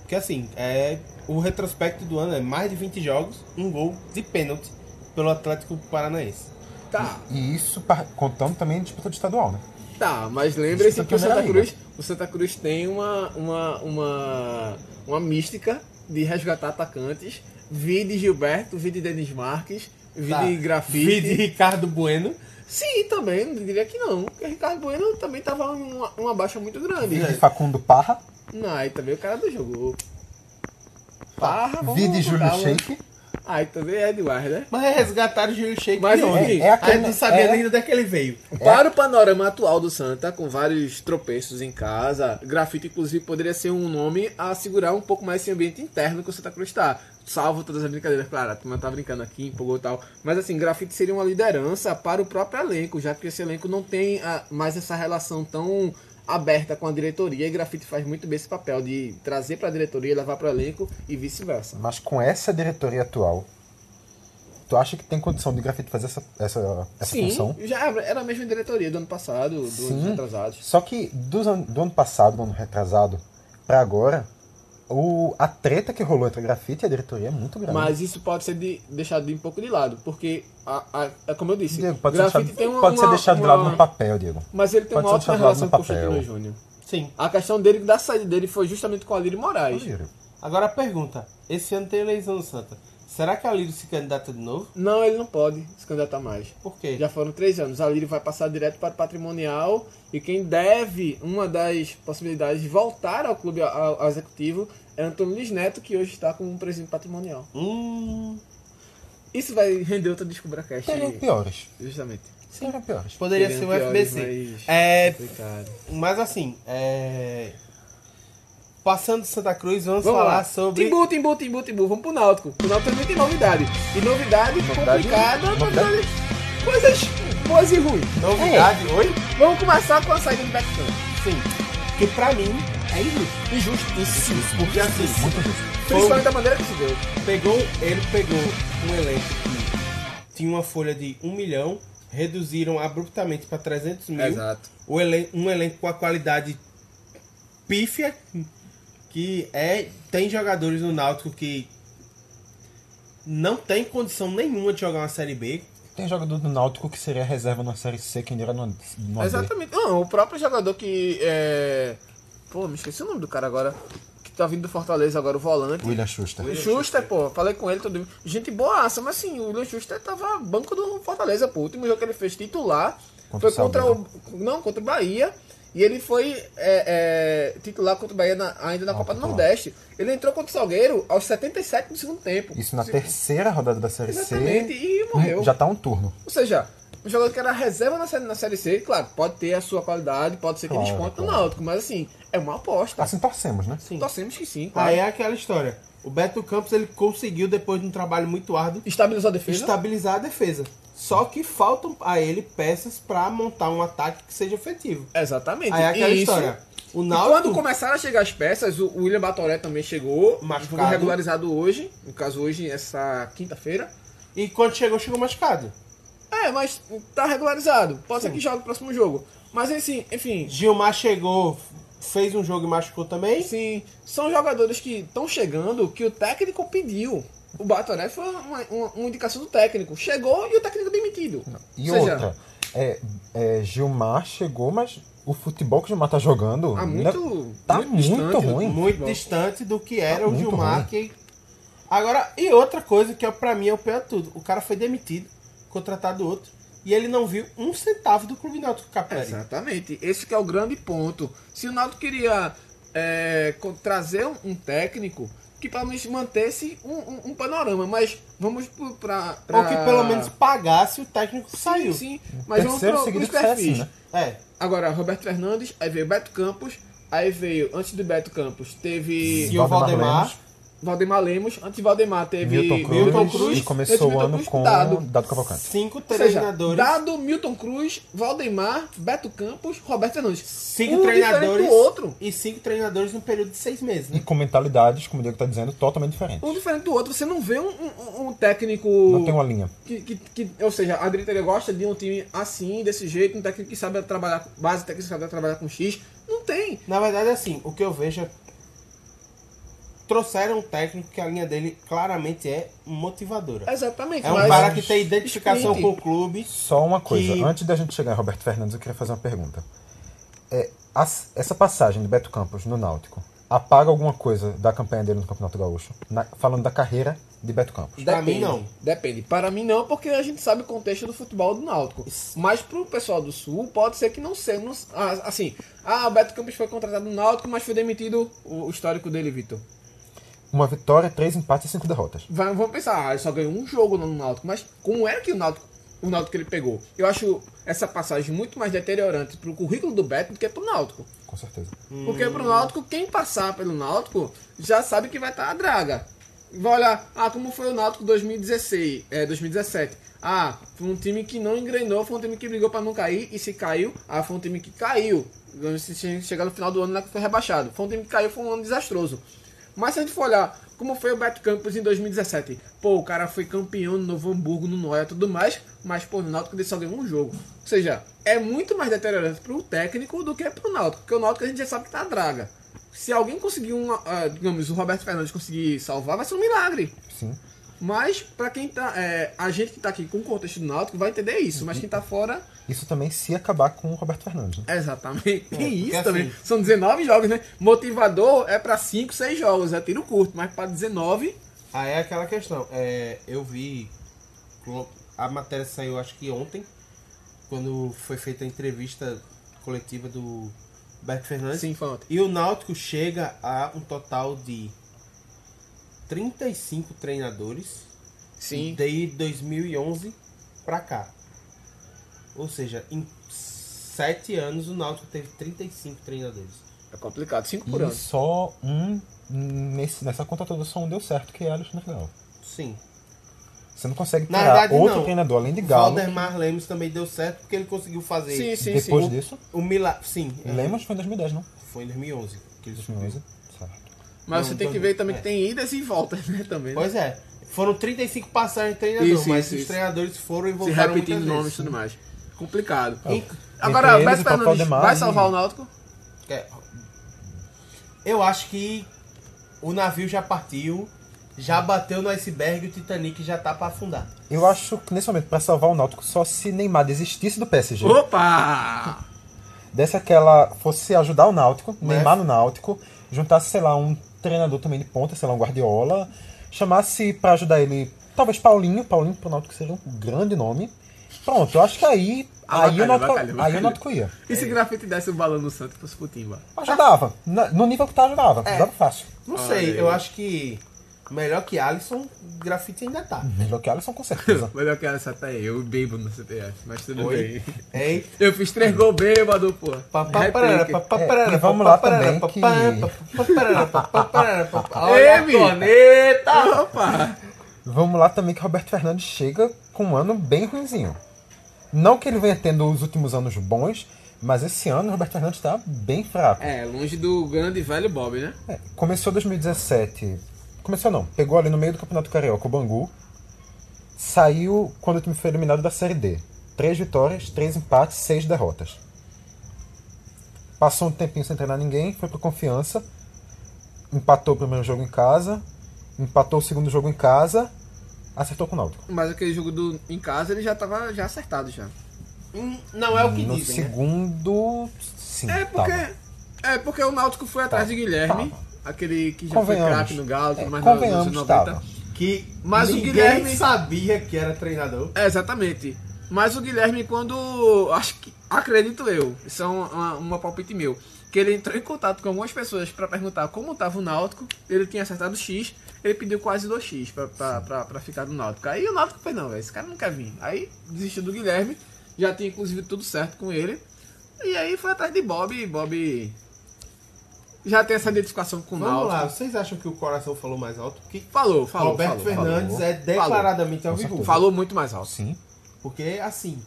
Speaker 2: Porque assim, é, o retrospecto do ano é mais de 20 jogos, um gol de pênalti pelo Atlético Paranaense.
Speaker 1: Tá.
Speaker 3: E isso par- contando também em disputa de estadual, né?
Speaker 1: Tá, mas lembre-se
Speaker 3: Isso
Speaker 1: que o
Speaker 3: tá na
Speaker 1: Santa
Speaker 2: é
Speaker 3: Liga.
Speaker 1: Cruz, o Santa Cruz tem uma, uma, uma, uma mística de resgatar atacantes. Vi de Gilberto, vi de Denis Marques, vi
Speaker 2: Tá.
Speaker 1: de Grafite.
Speaker 2: Vi de Ricardo Bueno.
Speaker 1: Sim, também, não diria que não. Porque Ricardo Bueno também tava numa uma baixa muito grande.
Speaker 2: é,
Speaker 3: Vi de Facundo Parra,
Speaker 1: Não, aí também o cara não jogou. Parra, vamos
Speaker 3: Tá, vi de Júlio
Speaker 1: calma.
Speaker 3: Shake.
Speaker 1: Aí também é Edward, né?
Speaker 2: Mas resgataram o Júlio Sheik
Speaker 1: Mas,
Speaker 2: de onde?
Speaker 1: enfim,
Speaker 3: é aquele-
Speaker 2: Aí não sabia
Speaker 3: é-
Speaker 2: nem onde é que ele veio.
Speaker 1: Para o panorama atual do Santa, com vários tropeços em casa, grafite inclusive poderia ser um nome a segurar um pouco mais esse ambiente interno que o Santa Cruz está. Salvo todas as brincadeiras, claro, a turma tá brincando aqui, empolgou e tal. Mas assim, grafite seria uma liderança para o próprio elenco, já que esse elenco não tem ah, mais essa relação tão aberta com a diretoria. E grafite faz muito bem esse papel de trazer para a diretoria, levar para o elenco e vice-versa.
Speaker 3: Mas com essa diretoria atual, tu acha que tem condição de grafite fazer essa, essa, essa
Speaker 1: Sim,
Speaker 3: função?
Speaker 1: já era a mesma diretoria do ano passado, do ano
Speaker 3: Sim.
Speaker 1: atrasado.
Speaker 3: Só que dos an- do ano passado, do ano retrasado, pra agora, o, a treta que rolou entre a grafite e a diretoria é muito grande.
Speaker 1: Mas isso pode ser de- deixado de um pouco de lado, porque, a, a- é como eu disse,
Speaker 3: Diego, pode ser
Speaker 1: grafite
Speaker 3: deixado,
Speaker 1: tem uma,
Speaker 3: pode ser
Speaker 1: uma-
Speaker 3: deixado de
Speaker 1: uma-
Speaker 3: lado no papel, Diego.
Speaker 1: Mas ele tem
Speaker 3: pode
Speaker 1: uma
Speaker 3: ser
Speaker 1: ótima
Speaker 3: deixado de
Speaker 1: relação
Speaker 3: lado
Speaker 1: com o
Speaker 3: no papel.
Speaker 1: Constantino Júnior.
Speaker 2: Sim.
Speaker 1: A questão dele, da saída dele, foi justamente com a Lírio Moraes.
Speaker 2: Agora a pergunta: esse ano tem eleição no Santa. Será que a Lírio se candidata de novo?
Speaker 1: Não, ele não pode se candidatar mais.
Speaker 2: Por quê?
Speaker 1: Já foram três anos. A Lírio vai passar direto para o patrimonial e quem deve, uma das possibilidades de voltar ao clube ao, ao executivo é Antônio Luiz Neto, que hoje está como presidente patrimonial.
Speaker 2: Hum.
Speaker 1: Isso vai render outra descobracast.
Speaker 3: Seriam piores.
Speaker 1: Justamente.
Speaker 3: Seriam piores.
Speaker 2: Poderia
Speaker 1: Seriam
Speaker 2: ser um
Speaker 1: piores,
Speaker 2: FBC.
Speaker 1: mas-
Speaker 2: É,
Speaker 1: Complicado.
Speaker 2: mas assim, é... passando de Santa Cruz, vamos,
Speaker 1: Vamos
Speaker 2: falar
Speaker 1: lá.
Speaker 2: sobre.
Speaker 1: Timbu, Timbu, Timbu, Timbu. Vamos pro Náutico. O Náutico também tem novidade. E novidade, complicada,
Speaker 3: novidade.
Speaker 1: novidade. Coisas boas e ruins.
Speaker 2: Novidade,
Speaker 1: É.
Speaker 2: oi?
Speaker 1: Vamos começar com a saída do Beckham.
Speaker 2: Sim. Que pra mim é injusto. Injustíssimo. Porque assim,
Speaker 3: Muito justo.
Speaker 1: Principalmente da maneira que se deu.
Speaker 2: pegou, ele pegou um elenco que tinha uma folha de 1 milhão, reduziram abruptamente pra 300 mil. O elen- um elenco com a qualidade pífia, que é tem jogadores no Náutico que não tem condição nenhuma de jogar uma Série B.
Speaker 3: Tem jogador do Náutico que seria reserva na Série C, quem dirá no, no Exatamente.
Speaker 1: Exatamente. Não, o próprio jogador que é... Pô, me esqueci o nome do cara agora. Que tá vindo do Fortaleza agora, o volante.
Speaker 3: William Schuster.
Speaker 1: O
Speaker 3: é.
Speaker 1: Schuster, pô, falei com ele todo dia. Gente boaça, mas assim, o William Schuster tava banco do Fortaleza, pô. O último jogo que ele fez titular
Speaker 3: Contra o
Speaker 1: foi contra o. Não, contra o Bahia. E ele foi é, é, titular contra o Bahia na- ainda na
Speaker 3: Ah,
Speaker 1: Copa do
Speaker 3: contra lá.
Speaker 1: Nordeste. Ele entrou contra o Salgueiro aos 77 do segundo tempo.
Speaker 3: Isso na terceira rodada da Série
Speaker 1: Exatamente,
Speaker 3: C.
Speaker 1: e morreu.
Speaker 3: Já tá um turno.
Speaker 1: Ou seja, um jogador que era reserva na série, na série C, claro, pode ter a sua qualidade, pode ser que
Speaker 3: Claro,
Speaker 1: desconte no
Speaker 3: claro.
Speaker 1: Náutico, mas assim, é uma aposta.
Speaker 3: Assim torcemos, né?
Speaker 1: Torcemos que sim, claro.
Speaker 2: Aí é aquela história. O Beto Campos ele conseguiu, depois de um trabalho muito árduo,
Speaker 1: Estabilizou a defesa.
Speaker 2: estabilizar a defesa. Só que faltam a ele peças pra montar um ataque que seja efetivo.
Speaker 1: Exatamente.
Speaker 2: Aí é aquela
Speaker 1: E isso-
Speaker 2: história. O
Speaker 1: E
Speaker 2: Náutico
Speaker 1: quando começaram a chegar as peças, o William Batoré também chegou,
Speaker 2: Machucado.
Speaker 1: foi regularizado hoje, no caso hoje, essa quinta-feira.
Speaker 2: e quando chegou chegou machucado.
Speaker 1: É, mas tá regularizado, pode ser que jogue o próximo jogo. Mas assim, enfim,
Speaker 2: Gilmar chegou, fez um jogo e machucou também.
Speaker 1: Sim, assim, são jogadores que estão chegando que o técnico pediu. O Batoré foi uma, uma- uma indicação do técnico. Chegou e o técnico demitido.
Speaker 3: E
Speaker 1: Ou seja,
Speaker 3: outra, é, é, Gilmar chegou, mas o futebol que o Gilmar tá jogando
Speaker 1: Tá
Speaker 3: né,
Speaker 1: muito-
Speaker 3: tá
Speaker 1: muito
Speaker 3: muito,
Speaker 1: distante,
Speaker 3: ruim.
Speaker 2: muito distante do que era o
Speaker 3: Tá muito
Speaker 2: Gilmar.
Speaker 3: ruim.
Speaker 2: Que... Agora, e outra coisa que é, pra mim é o pior de tudo: o cara foi demitido, contratado outro, e ele não viu um centavo do Clube Náutico Capelli.
Speaker 1: Exatamente. Esse que é o grande ponto. Se o Naldo queria é, co- trazer um, um técnico que pelo menos mantesse um, um- um panorama, mas vamos pro- pra. pra...
Speaker 2: Ou que pelo menos pagasse o técnico que
Speaker 1: Sim,
Speaker 2: saiu.
Speaker 1: Sim, mas vamos
Speaker 3: Terceiro
Speaker 1: pro,
Speaker 3: seguido
Speaker 1: pros
Speaker 3: que sai assim,
Speaker 1: perfis.
Speaker 3: né?
Speaker 2: É.
Speaker 1: Agora, Roberto Fernandes, aí veio Beto Campos, aí veio, antes do Beto Campos, teve.
Speaker 2: E o Valdemar.
Speaker 3: Lemos,
Speaker 1: Valdemar Lemos, antes de Valdemar teve
Speaker 3: Milton Cruz,
Speaker 2: Milton Cruz,
Speaker 3: e começou
Speaker 1: antes
Speaker 3: o
Speaker 1: Milton
Speaker 3: ano
Speaker 1: Cruz,
Speaker 3: com
Speaker 1: Dado.
Speaker 3: Dado, Cavalcante.
Speaker 2: Cinco
Speaker 1: Ou seja,
Speaker 2: treinadores.
Speaker 1: Dado, Milton Cruz, Valdemar, Beto Campos, Roberto Fernandes.
Speaker 2: Cinco
Speaker 1: um
Speaker 2: treinadores.
Speaker 1: diferente do outro.
Speaker 2: E cinco treinadores num período de seis meses,
Speaker 3: E
Speaker 2: né?
Speaker 3: com mentalidades, como o Diego tá dizendo, totalmente diferentes.
Speaker 1: Um diferente do outro. Você não vê um, um- um técnico...
Speaker 3: Não tem uma linha.
Speaker 1: que, que- que- ou seja, a diretoria gosta de um time assim, desse jeito, um técnico que sabe trabalhar, com- base técnica que sabe trabalhar com X. Não tem.
Speaker 2: Na verdade, assim, o que eu vejo é. Trouxeram um técnico que a linha dele claramente é motivadora.
Speaker 1: Exatamente.
Speaker 2: É um
Speaker 1: mas-
Speaker 2: cara que tem identificação
Speaker 1: Sprint.
Speaker 2: com o clube.
Speaker 3: Só uma coisa,
Speaker 2: Que-
Speaker 3: antes da gente chegar em Roberto Fernandes, eu queria fazer uma pergunta. É, as- essa passagem de Beto Campos no Náutico apaga alguma coisa da campanha dele no Campeonato Gaúcho? Na- falando da carreira de Beto Campos.
Speaker 2: Pra mim, não.
Speaker 1: Depende. Para mim não, porque a gente sabe o contexto do futebol do Náutico. Mas pro pessoal do Sul, pode ser que não seja. não- ah, assim, ah, o Beto Campos foi contratado no Náutico, mas foi demitido o o histórico dele, Vitor.
Speaker 3: Uma vitória, três empates e cinco derrotas.
Speaker 1: Vai- Vamos pensar, ah, ele só ganhou um jogo no Náutico, mas como era que o Náutico, o Náutico que ele pegou? Eu acho essa passagem muito mais deteriorante pro currículo do Beto do que pro Náutico.
Speaker 3: Com certeza.
Speaker 1: Porque pro Náutico, quem passar pelo Náutico já sabe que vai estar a draga. Vai olhar, ah, como foi o Náutico 2016, é, 2017. Ah, foi um time que não engrenou, foi um time que brigou pra não cair e se caiu, ah, foi um time que caiu. Então, Se che- chegar no final do ano, né, que foi rebaixado. Foi um time que caiu, foi um ano desastroso. Mas se a gente for olhar como foi o Beto Campos em 2017, pô, o cara foi campeão no Novo Hamburgo, no Noia e tudo mais, mas pô, no Náutico ele só ganhou um jogo. Ou seja, é muito mais deteriorante pro técnico do que pro Náutico, porque o Náutico a gente já sabe que tá draga. Se alguém conseguir um, ah, digamos, o Roberto Fernandes conseguir salvar, vai ser um milagre.
Speaker 3: Sim.
Speaker 1: Mas pra quem tá, é, a gente que tá aqui com o contexto do Náutico vai entender isso, mas quem tá fora,
Speaker 3: Isso também se acabar com o Roberto Fernandes. né?
Speaker 1: exatamente. Tem isso
Speaker 2: porque
Speaker 1: também.
Speaker 2: assim-
Speaker 1: São 19 jogos, né? Motivador é pra 5, 6 jogos, é tiro curto, mas pra 19,
Speaker 2: Aí é aquela questão. É, eu vi. A matéria saiu acho que ontem, quando foi feita a entrevista coletiva do Beto Fernandes.
Speaker 1: sim, foi ontem.
Speaker 2: E o Náutico chega a um total de 35 treinadores
Speaker 1: Sim.
Speaker 2: de 2011 pra cá. Ou seja, em 7 anos o Náutico teve 35 treinadores.
Speaker 1: É complicado, 5 por
Speaker 3: E
Speaker 1: ano.
Speaker 3: só um nesse, nessa conta toda só um deu certo, que é Alisson Leal.
Speaker 2: Sim.
Speaker 3: Você não consegue
Speaker 2: Na
Speaker 3: tirar
Speaker 2: verdade,
Speaker 3: outro
Speaker 2: não.
Speaker 3: treinador além de Galo.
Speaker 2: Valdemar Lemos também deu certo porque ele conseguiu fazer
Speaker 1: Sim, sim,
Speaker 3: Depois
Speaker 1: sim.
Speaker 3: disso,
Speaker 2: o milagre. Sim, é.
Speaker 3: Lemos foi em 2010, não?
Speaker 2: Foi em 2011 que eles
Speaker 3: 2011. Certo.
Speaker 1: Mas
Speaker 2: Não,
Speaker 1: você tem que
Speaker 2: então-
Speaker 1: ver também
Speaker 2: é.
Speaker 1: que tem idas e voltas, né? Também. né?
Speaker 2: Pois é. Foram 35 passagens de treinador,
Speaker 1: Isso,
Speaker 2: mas
Speaker 1: isso,
Speaker 2: os
Speaker 1: isso.
Speaker 2: treinadores foram e
Speaker 1: Se
Speaker 2: voltaram
Speaker 1: repetindo
Speaker 2: muitas
Speaker 1: nomes né? e
Speaker 2: vezes. Ah,
Speaker 1: tudo mais. Complicado.
Speaker 2: Inc-
Speaker 1: Agora,
Speaker 3: eles,
Speaker 1: Beto
Speaker 3: o Papo
Speaker 1: Fernandes
Speaker 3: Aldemar
Speaker 2: né?
Speaker 1: vai
Speaker 3: e-
Speaker 1: salvar o Náutico?
Speaker 2: É, Eu acho que o navio já partiu, já bateu no iceberg e o Titanic já tá pra afundar.
Speaker 3: Eu acho que nesse momento, pra salvar o Náutico, só se Neymar desistisse do PSG,
Speaker 1: Oh! Opa!
Speaker 3: desse aquela. fosse ajudar o Náutico,
Speaker 2: Né?
Speaker 3: Neymar no Náutico, juntasse, sei lá, um treinador também de ponta, sei lá, um Guardiola, chamasse pra ajudar ele, talvez Paulinho, Paulinho pro Náutico seria um grande nome. Pronto, eu acho que aí. aí,
Speaker 1: Abacalha,
Speaker 3: o Náutico,
Speaker 1: abacalha, abacalha.
Speaker 3: aí o Náutico ia.
Speaker 1: E
Speaker 2: É.
Speaker 1: se grafite desse um balão no Santos fosse Putimba?
Speaker 3: Ajudava. Na- No nível que tá, ajudava. Ajudava fácil.
Speaker 2: Não
Speaker 1: Olha
Speaker 2: sei,
Speaker 1: aí.
Speaker 2: eu acho que melhor que Alisson, grafite ainda tá.
Speaker 3: Melhor que Alisson, com certeza.
Speaker 1: Melhor que essa até eu, bebo no CPF, mas tudo
Speaker 2: Oi.
Speaker 1: bem.
Speaker 2: Ei,
Speaker 1: Eu fiz três gols bêbado, pô.
Speaker 2: papá,
Speaker 1: Replique.
Speaker 2: parará, papá,
Speaker 3: É,
Speaker 2: parará,
Speaker 3: e vamos
Speaker 2: papá,
Speaker 3: lá
Speaker 2: parará,
Speaker 3: também
Speaker 2: papá,
Speaker 3: que-
Speaker 2: papá, parará, papá, parará, papá.
Speaker 1: Ei,
Speaker 2: Olha a
Speaker 1: amigo.
Speaker 2: corneta!
Speaker 1: Opa!
Speaker 3: Vamos lá também que Roberto Fernandes chega com um ano bem ruinzinho. Não que ele venha tendo os últimos anos bons, mas esse ano o Roberto Fernandes tá bem fraco.
Speaker 1: É, longe do grande e velho Bob, né?
Speaker 3: É, começou 2017. Começou não, pegou ali no meio do Campeonato Carioca o Bangu. Saiu quando o time foi eliminado da Série D. Três vitórias, três empates, seis derrotas. Passou um tempinho sem treinar ninguém, foi pro Confiança. Empatou o primeiro jogo em casa. Empatou o segundo jogo em casa. Acertou com o Náutico.
Speaker 1: Mas aquele jogo do em casa ele já tava já acertado já.
Speaker 2: Hum, Não é o que
Speaker 3: No
Speaker 2: dizem, né?
Speaker 3: segundo, sim.
Speaker 1: É porque.
Speaker 3: tava.
Speaker 1: É porque o Náutico foi atrás
Speaker 3: Tava.
Speaker 1: de Guilherme.
Speaker 3: Tava.
Speaker 1: Aquele que já foi
Speaker 3: Convenhamos.
Speaker 1: craque no Galo,
Speaker 3: É,
Speaker 1: mas
Speaker 3: convenhamos, tava.
Speaker 2: Que
Speaker 1: Mas o
Speaker 2: ninguém
Speaker 1: Guilherme-
Speaker 2: sabia que era treinador.
Speaker 1: É, exatamente. Mas o Guilherme, quando. Acho que. Acredito eu, isso é uma, uma, uma palpite meu. Que ele entrou em contato com algumas pessoas pra perguntar como tava o Náutico. Ele tinha acertado X, ele pediu quase 2x pra, pra, pra, pra ficar do Náutico. Aí o Náutico foi, não, velho, esse cara não quer vir. Aí desistiu do Guilherme, já tinha inclusive tudo certo com ele. E aí foi atrás de Bob, e Bob. Já tem essa identificação com o
Speaker 2: Vamos lá,
Speaker 1: Náutico.
Speaker 2: vocês acham que o coração falou mais alto? Porque
Speaker 1: Falou, falou.
Speaker 2: Roberto
Speaker 1: falou,
Speaker 2: Fernandes
Speaker 3: falou.
Speaker 2: é declaradamente
Speaker 3: Falou.
Speaker 2: alvivou.
Speaker 1: falou muito mais alto.
Speaker 3: Sim.
Speaker 2: Porque, assim,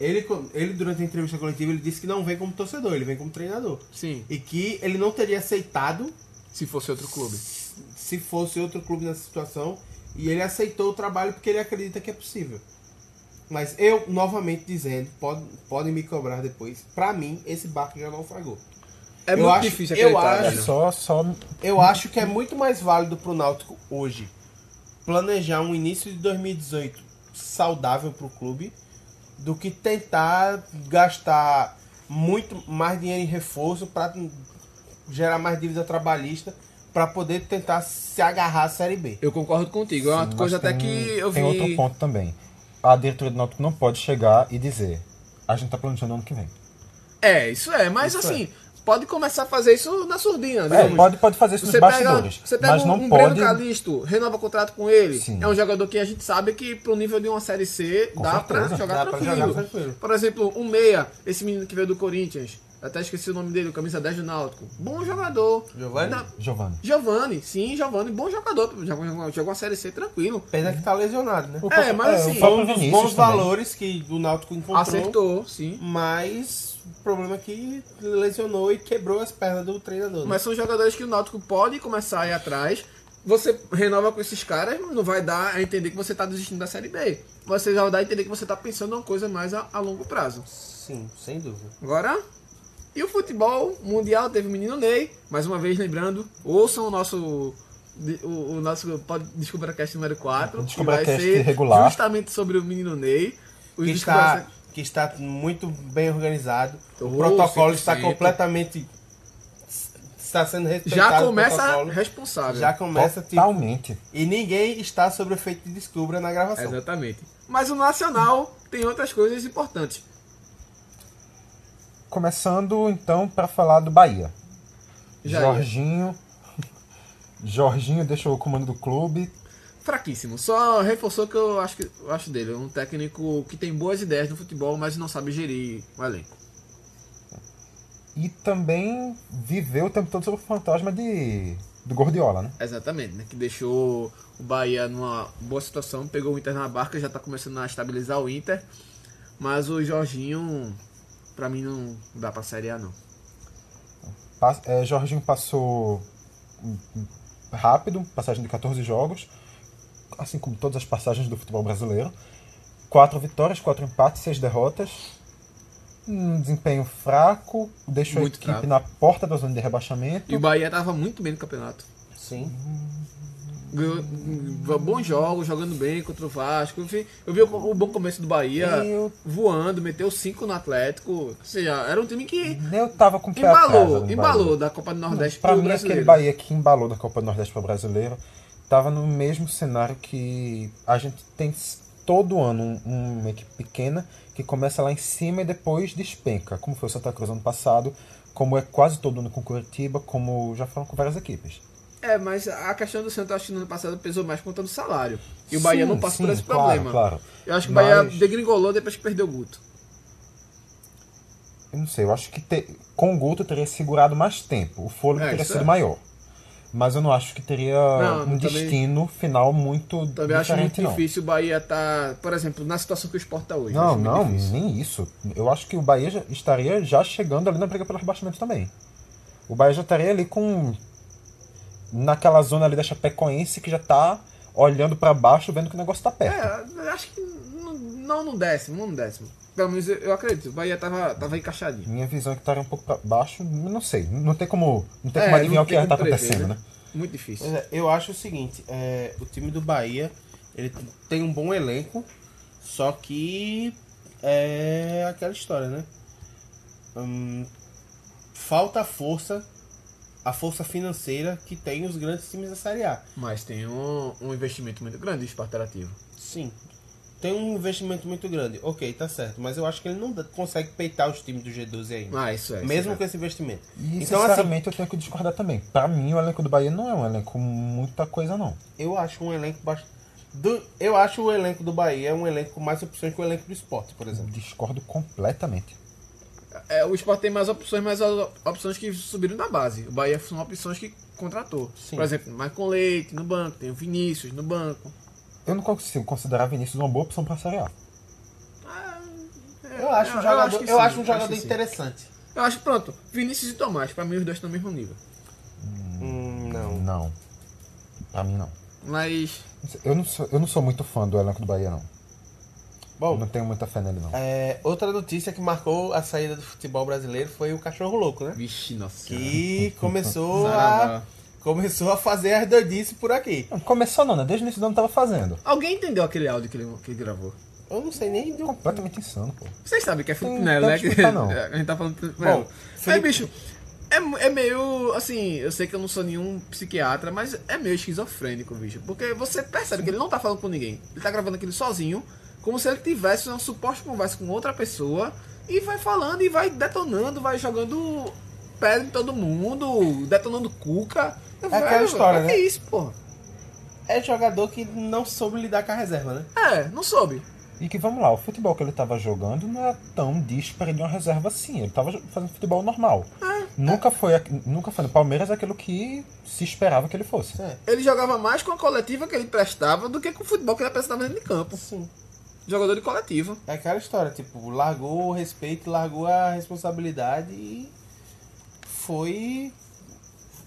Speaker 2: ele, co- ele durante a entrevista coletiva, ele disse que não vem como torcedor, ele vem como treinador.
Speaker 1: Sim,
Speaker 2: E que ele não teria aceitado
Speaker 1: se fosse outro clube.
Speaker 2: se fosse outro clube nessa situação. E ele aceitou o trabalho porque ele acredita que é possível. Mas eu, novamente dizendo, pode, podem me cobrar depois. Pra mim, esse barco já naufragou.
Speaker 1: É
Speaker 2: Eu
Speaker 1: muito
Speaker 2: acho-
Speaker 1: difícil
Speaker 2: eu
Speaker 1: acreditar.
Speaker 2: acho-
Speaker 3: É
Speaker 1: velho.
Speaker 3: só, só.
Speaker 2: Eu acho que é muito mais válido pro Náutico hoje planejar um início de 2018 saudável pro clube do que tentar gastar muito mais dinheiro em reforço para gerar mais dívida trabalhista para poder tentar se agarrar à Série B.
Speaker 1: Eu concordo contigo. É uma
Speaker 3: Mas
Speaker 1: coisa até
Speaker 3: tem- um-
Speaker 1: que eu vi.
Speaker 3: Tem outro ponto também. A diretoria do Náutico não pode chegar e dizer: a gente tá planejando ano que vem.
Speaker 1: É, isso é, mas
Speaker 2: Isso
Speaker 1: assim, pode começar a fazer isso na surdina,
Speaker 3: É,
Speaker 1: digamos.
Speaker 3: pode, pode fazer isso
Speaker 1: Você
Speaker 3: nos
Speaker 1: pega,
Speaker 3: bastidores.
Speaker 1: você pega
Speaker 3: mas
Speaker 1: um,
Speaker 3: não
Speaker 1: um
Speaker 3: pode.
Speaker 1: Breno Calisto, renova contrato com ele.
Speaker 3: Sim.
Speaker 1: É um jogador que a gente sabe que pro nível de uma série C
Speaker 3: Com
Speaker 1: dá pra,
Speaker 3: certeza.
Speaker 1: jogar
Speaker 2: Dá pra
Speaker 1: tranquilo.
Speaker 2: jogar tranquilo.
Speaker 1: Por exemplo, um meia, esse menino que veio do Corinthians, até esqueci o nome dele, o camisa 10 do Náutico. Bom jogador.
Speaker 2: Giovani?
Speaker 1: Dá-
Speaker 3: Giovanni.
Speaker 1: Giovani, sim, Giovani, bom jogador. Jogou, jogou uma série C tranquilo.
Speaker 2: Pena que tá lesionado, né?
Speaker 3: O
Speaker 1: É, mas
Speaker 3: o
Speaker 1: assim,
Speaker 2: Foi
Speaker 3: próprio
Speaker 2: um dos
Speaker 3: Vinícius
Speaker 2: bons
Speaker 3: também.
Speaker 2: valores que o Náutico encontrou,
Speaker 1: Acertou, sim.
Speaker 2: mas o problema é que lesionou e quebrou as pernas do treinador. né?
Speaker 1: Mas são jogadores que o Náutico pode começar a ir atrás. Você renova com esses caras, não vai dar a entender que você tá desistindo da Série B. Você já vai dar a entender que você tá pensando em uma coisa mais a, a longo prazo.
Speaker 2: Sim, sem dúvida.
Speaker 1: Agora, E o futebol mundial teve o menino Ney, mais uma vez lembrando, ouçam o nosso o, o nosso pod- DescubraCast número 4, que vai
Speaker 3: DescubraCast
Speaker 1: ser
Speaker 3: regular.
Speaker 1: justamente sobre o menino Ney. O
Speaker 2: que está, que está muito bem organizado. O
Speaker 1: Oh,
Speaker 2: protocolo
Speaker 1: 100%.
Speaker 2: está completamente. Está sendo respeitado.
Speaker 1: já
Speaker 2: o
Speaker 1: começa
Speaker 2: protocolo.
Speaker 1: responsável.
Speaker 2: Já começa,
Speaker 3: tá um
Speaker 2: tipo.
Speaker 3: Totalmente.
Speaker 2: E ninguém está sobre o efeito de descubra na gravação.
Speaker 1: Exatamente. Mas o Nacional tem outras coisas importantes.
Speaker 3: Começando então para falar do Bahia.
Speaker 1: Já
Speaker 3: Jorginho. Jorginho deixou o comando do clube.
Speaker 1: Fraquíssimo. Só reforçou o que eu acho, que, eu acho dele. É um técnico que tem boas ideias no futebol, mas não sabe gerir o elenco.
Speaker 3: E também viveu o tempo todo sobre o fantasma de. do Gordiola, né?
Speaker 1: Exatamente, né? Que deixou o Bahia numa boa situação, pegou o Inter na barca, já tá começando a estabilizar o Inter. Mas o Jorginho, pra mim, não dá pra Série A, não.
Speaker 3: Pa- é, Jorginho passou hum, hum, rápido, passagem de 14 jogos, assim como todas as passagens do futebol brasileiro. Quatro vitórias, quatro empates, seis derrotas. Um desempenho fraco, deixou
Speaker 1: Muito
Speaker 3: a equipe
Speaker 1: fraco.
Speaker 3: na porta da zona de rebaixamento.
Speaker 1: E o Bahia tava muito bem no campeonato.
Speaker 2: Sim.
Speaker 1: Ganhou hum, bons jogos, jogando bem contra o Vasco. Enfim, eu vi o, o bom começo do Bahia
Speaker 3: E o-
Speaker 1: voando, meteu cinco no Atlético. Ou seja, era um time que
Speaker 3: Eu tava com o pé atrás,
Speaker 1: embalou,
Speaker 3: ali no
Speaker 1: embalou
Speaker 3: Bahia.
Speaker 1: da Copa do Nordeste
Speaker 3: Pra
Speaker 1: pro
Speaker 3: mim, aquele
Speaker 1: brasileiro.
Speaker 3: Bahia que embalou da Copa do Nordeste para o brasileiro tava no mesmo cenário que a gente tem s- todo ano um- uma equipe pequena que começa lá em cima e depois despenca, como foi o Santa Cruz ano passado, como é quase todo ano com o Curitiba, como já foram com várias equipes.
Speaker 1: É, mas a questão do Santos, acho que no ano passado pesou mais por conta do salário. E o Bahia
Speaker 3: Sim,
Speaker 1: não passa por
Speaker 3: sim,
Speaker 1: esse
Speaker 3: claro,
Speaker 1: problema.
Speaker 3: claro.
Speaker 1: Eu acho que o
Speaker 3: Mas-
Speaker 1: Bahia degringolou depois que perdeu o Guto.
Speaker 3: Eu não sei, eu acho que te- com o Guto teria segurado mais tempo, o fôlego
Speaker 1: É,
Speaker 3: teria
Speaker 1: isso
Speaker 3: sido
Speaker 1: é.
Speaker 3: maior. Mas eu não acho que teria
Speaker 1: Não,
Speaker 3: um
Speaker 1: também-
Speaker 3: destino final muito
Speaker 1: Também acho
Speaker 3: diferente,
Speaker 1: muito
Speaker 3: não.
Speaker 1: difícil o Bahia tá, por exemplo, na situação que o Sport tá hoje. Eu
Speaker 3: Não,
Speaker 1: acho muito
Speaker 3: não,
Speaker 1: difícil.
Speaker 3: nem isso. Eu acho que o Bahia já- estaria já chegando ali na briga pelo rebaixamento também. O Bahia já estaria ali com. naquela zona ali da Chapecoense que já tá olhando pra baixo, vendo que o negócio tá perto.
Speaker 1: É, eu acho que não, não no décimo, não no décimo. Pelo menos eu, eu acredito, o Bahia tava, tava encaixadinho.
Speaker 3: Minha visão é que estaria um pouco pra baixo, eu não sei. Não tem como, não tem
Speaker 1: É,
Speaker 3: como adivinhar
Speaker 1: não
Speaker 3: o que
Speaker 1: tem
Speaker 3: tá
Speaker 1: como prever,
Speaker 3: acontecendo,
Speaker 1: né?
Speaker 3: né?
Speaker 1: Muito difícil.
Speaker 2: Pois é, Eu acho o seguinte, é, o time do Bahia, ele t- tem um bom elenco, só que é aquela história, né? Hum, falta força, a força financeira que tem os grandes times da Série A.
Speaker 1: Mas tem um, um investimento muito grande do Sport Interativo.
Speaker 2: Sim. Tem um investimento muito grande. Ok, tá certo. Mas eu acho que ele não dá- consegue peitar os times do G12 ainda.
Speaker 1: Ah, isso é. isso
Speaker 2: mesmo
Speaker 1: é.
Speaker 2: com esse investimento.
Speaker 3: E
Speaker 2: então, assim,
Speaker 3: sinceramente eu tenho que discordar também. Pra mim, o elenco do Bahia não é um elenco com muita coisa, não.
Speaker 2: Eu acho um elenco bastante. eu acho o elenco do Bahia um elenco com mais opções que o elenco do esporte, por exemplo.
Speaker 3: Discordo completamente.
Speaker 1: É, o Sport tem mais opções, mas as opções que subiram da base. O Bahia são opções que contratou.
Speaker 2: Sim.
Speaker 1: Por exemplo, Marcon Leite no banco, tem o Vinícius no banco.
Speaker 3: Eu não consigo considerar Vinícius uma boa opção pra Série A.
Speaker 2: Eu acho um jogador,
Speaker 1: É, que
Speaker 2: eu
Speaker 1: sim,
Speaker 2: acho um
Speaker 1: que
Speaker 2: jogador
Speaker 1: sim.
Speaker 2: interessante.
Speaker 1: Eu acho, pronto, Vinícius e Tomás, pra mim os dois estão no mesmo nível.
Speaker 2: Hum, não.
Speaker 3: Não. Pra mim, não.
Speaker 1: Mas
Speaker 3: Eu não, sou, eu não sou muito fã do elenco do Bahia, não. Eu
Speaker 2: Bom,
Speaker 3: não tenho muita fé nele, não.
Speaker 2: é, outra notícia que marcou a saída do futebol brasileiro foi o cachorro louco, né?
Speaker 1: Vixe, nossa.
Speaker 2: Que começou a
Speaker 1: Saravá.
Speaker 2: começou a fazer as doidices por aqui.
Speaker 3: Não começou não, né? Desde o início do ano tava fazendo.
Speaker 1: Alguém entendeu aquele áudio que ele, que ele gravou?
Speaker 2: Eu não sei nem um- do
Speaker 3: Completamente insano, pô.
Speaker 1: Vocês sabem que é Felipe
Speaker 3: Não,
Speaker 1: Melo, né?
Speaker 3: não explica, não.
Speaker 1: A gente tá falando Felipe
Speaker 2: Bom,
Speaker 1: Melo. É,
Speaker 2: Felipe-
Speaker 1: bicho, é, mu- é meio, assim, eu sei que eu não sou nenhum psiquiatra, mas é meio esquizofrênico, bicho. Porque você percebe que ele não tá falando com ninguém. Ele tá gravando aquilo sozinho, como se ele tivesse uma suposta conversa com outra pessoa, e vai falando, e vai detonando, vai jogando pedra em todo mundo, detonando cuca. É
Speaker 2: aquela história, né?
Speaker 1: É isso, pô.
Speaker 2: é jogador que não soube lidar com a reserva, né?
Speaker 1: É, não soube.
Speaker 3: E que vamos lá, o futebol que ele tava jogando não era tão disparo de uma reserva assim. Ele tava jo- fazendo futebol normal. Nunca, foi, a- nunca foi no Palmeiras é aquilo que se esperava que ele fosse.
Speaker 2: É.
Speaker 1: Ele jogava mais com a coletiva que ele prestava do que com o futebol que ele apresentava dentro de campo.
Speaker 2: Sim.
Speaker 1: Jogador de coletiva.
Speaker 2: É aquela história, tipo, largou o respeito, largou a responsabilidade e foi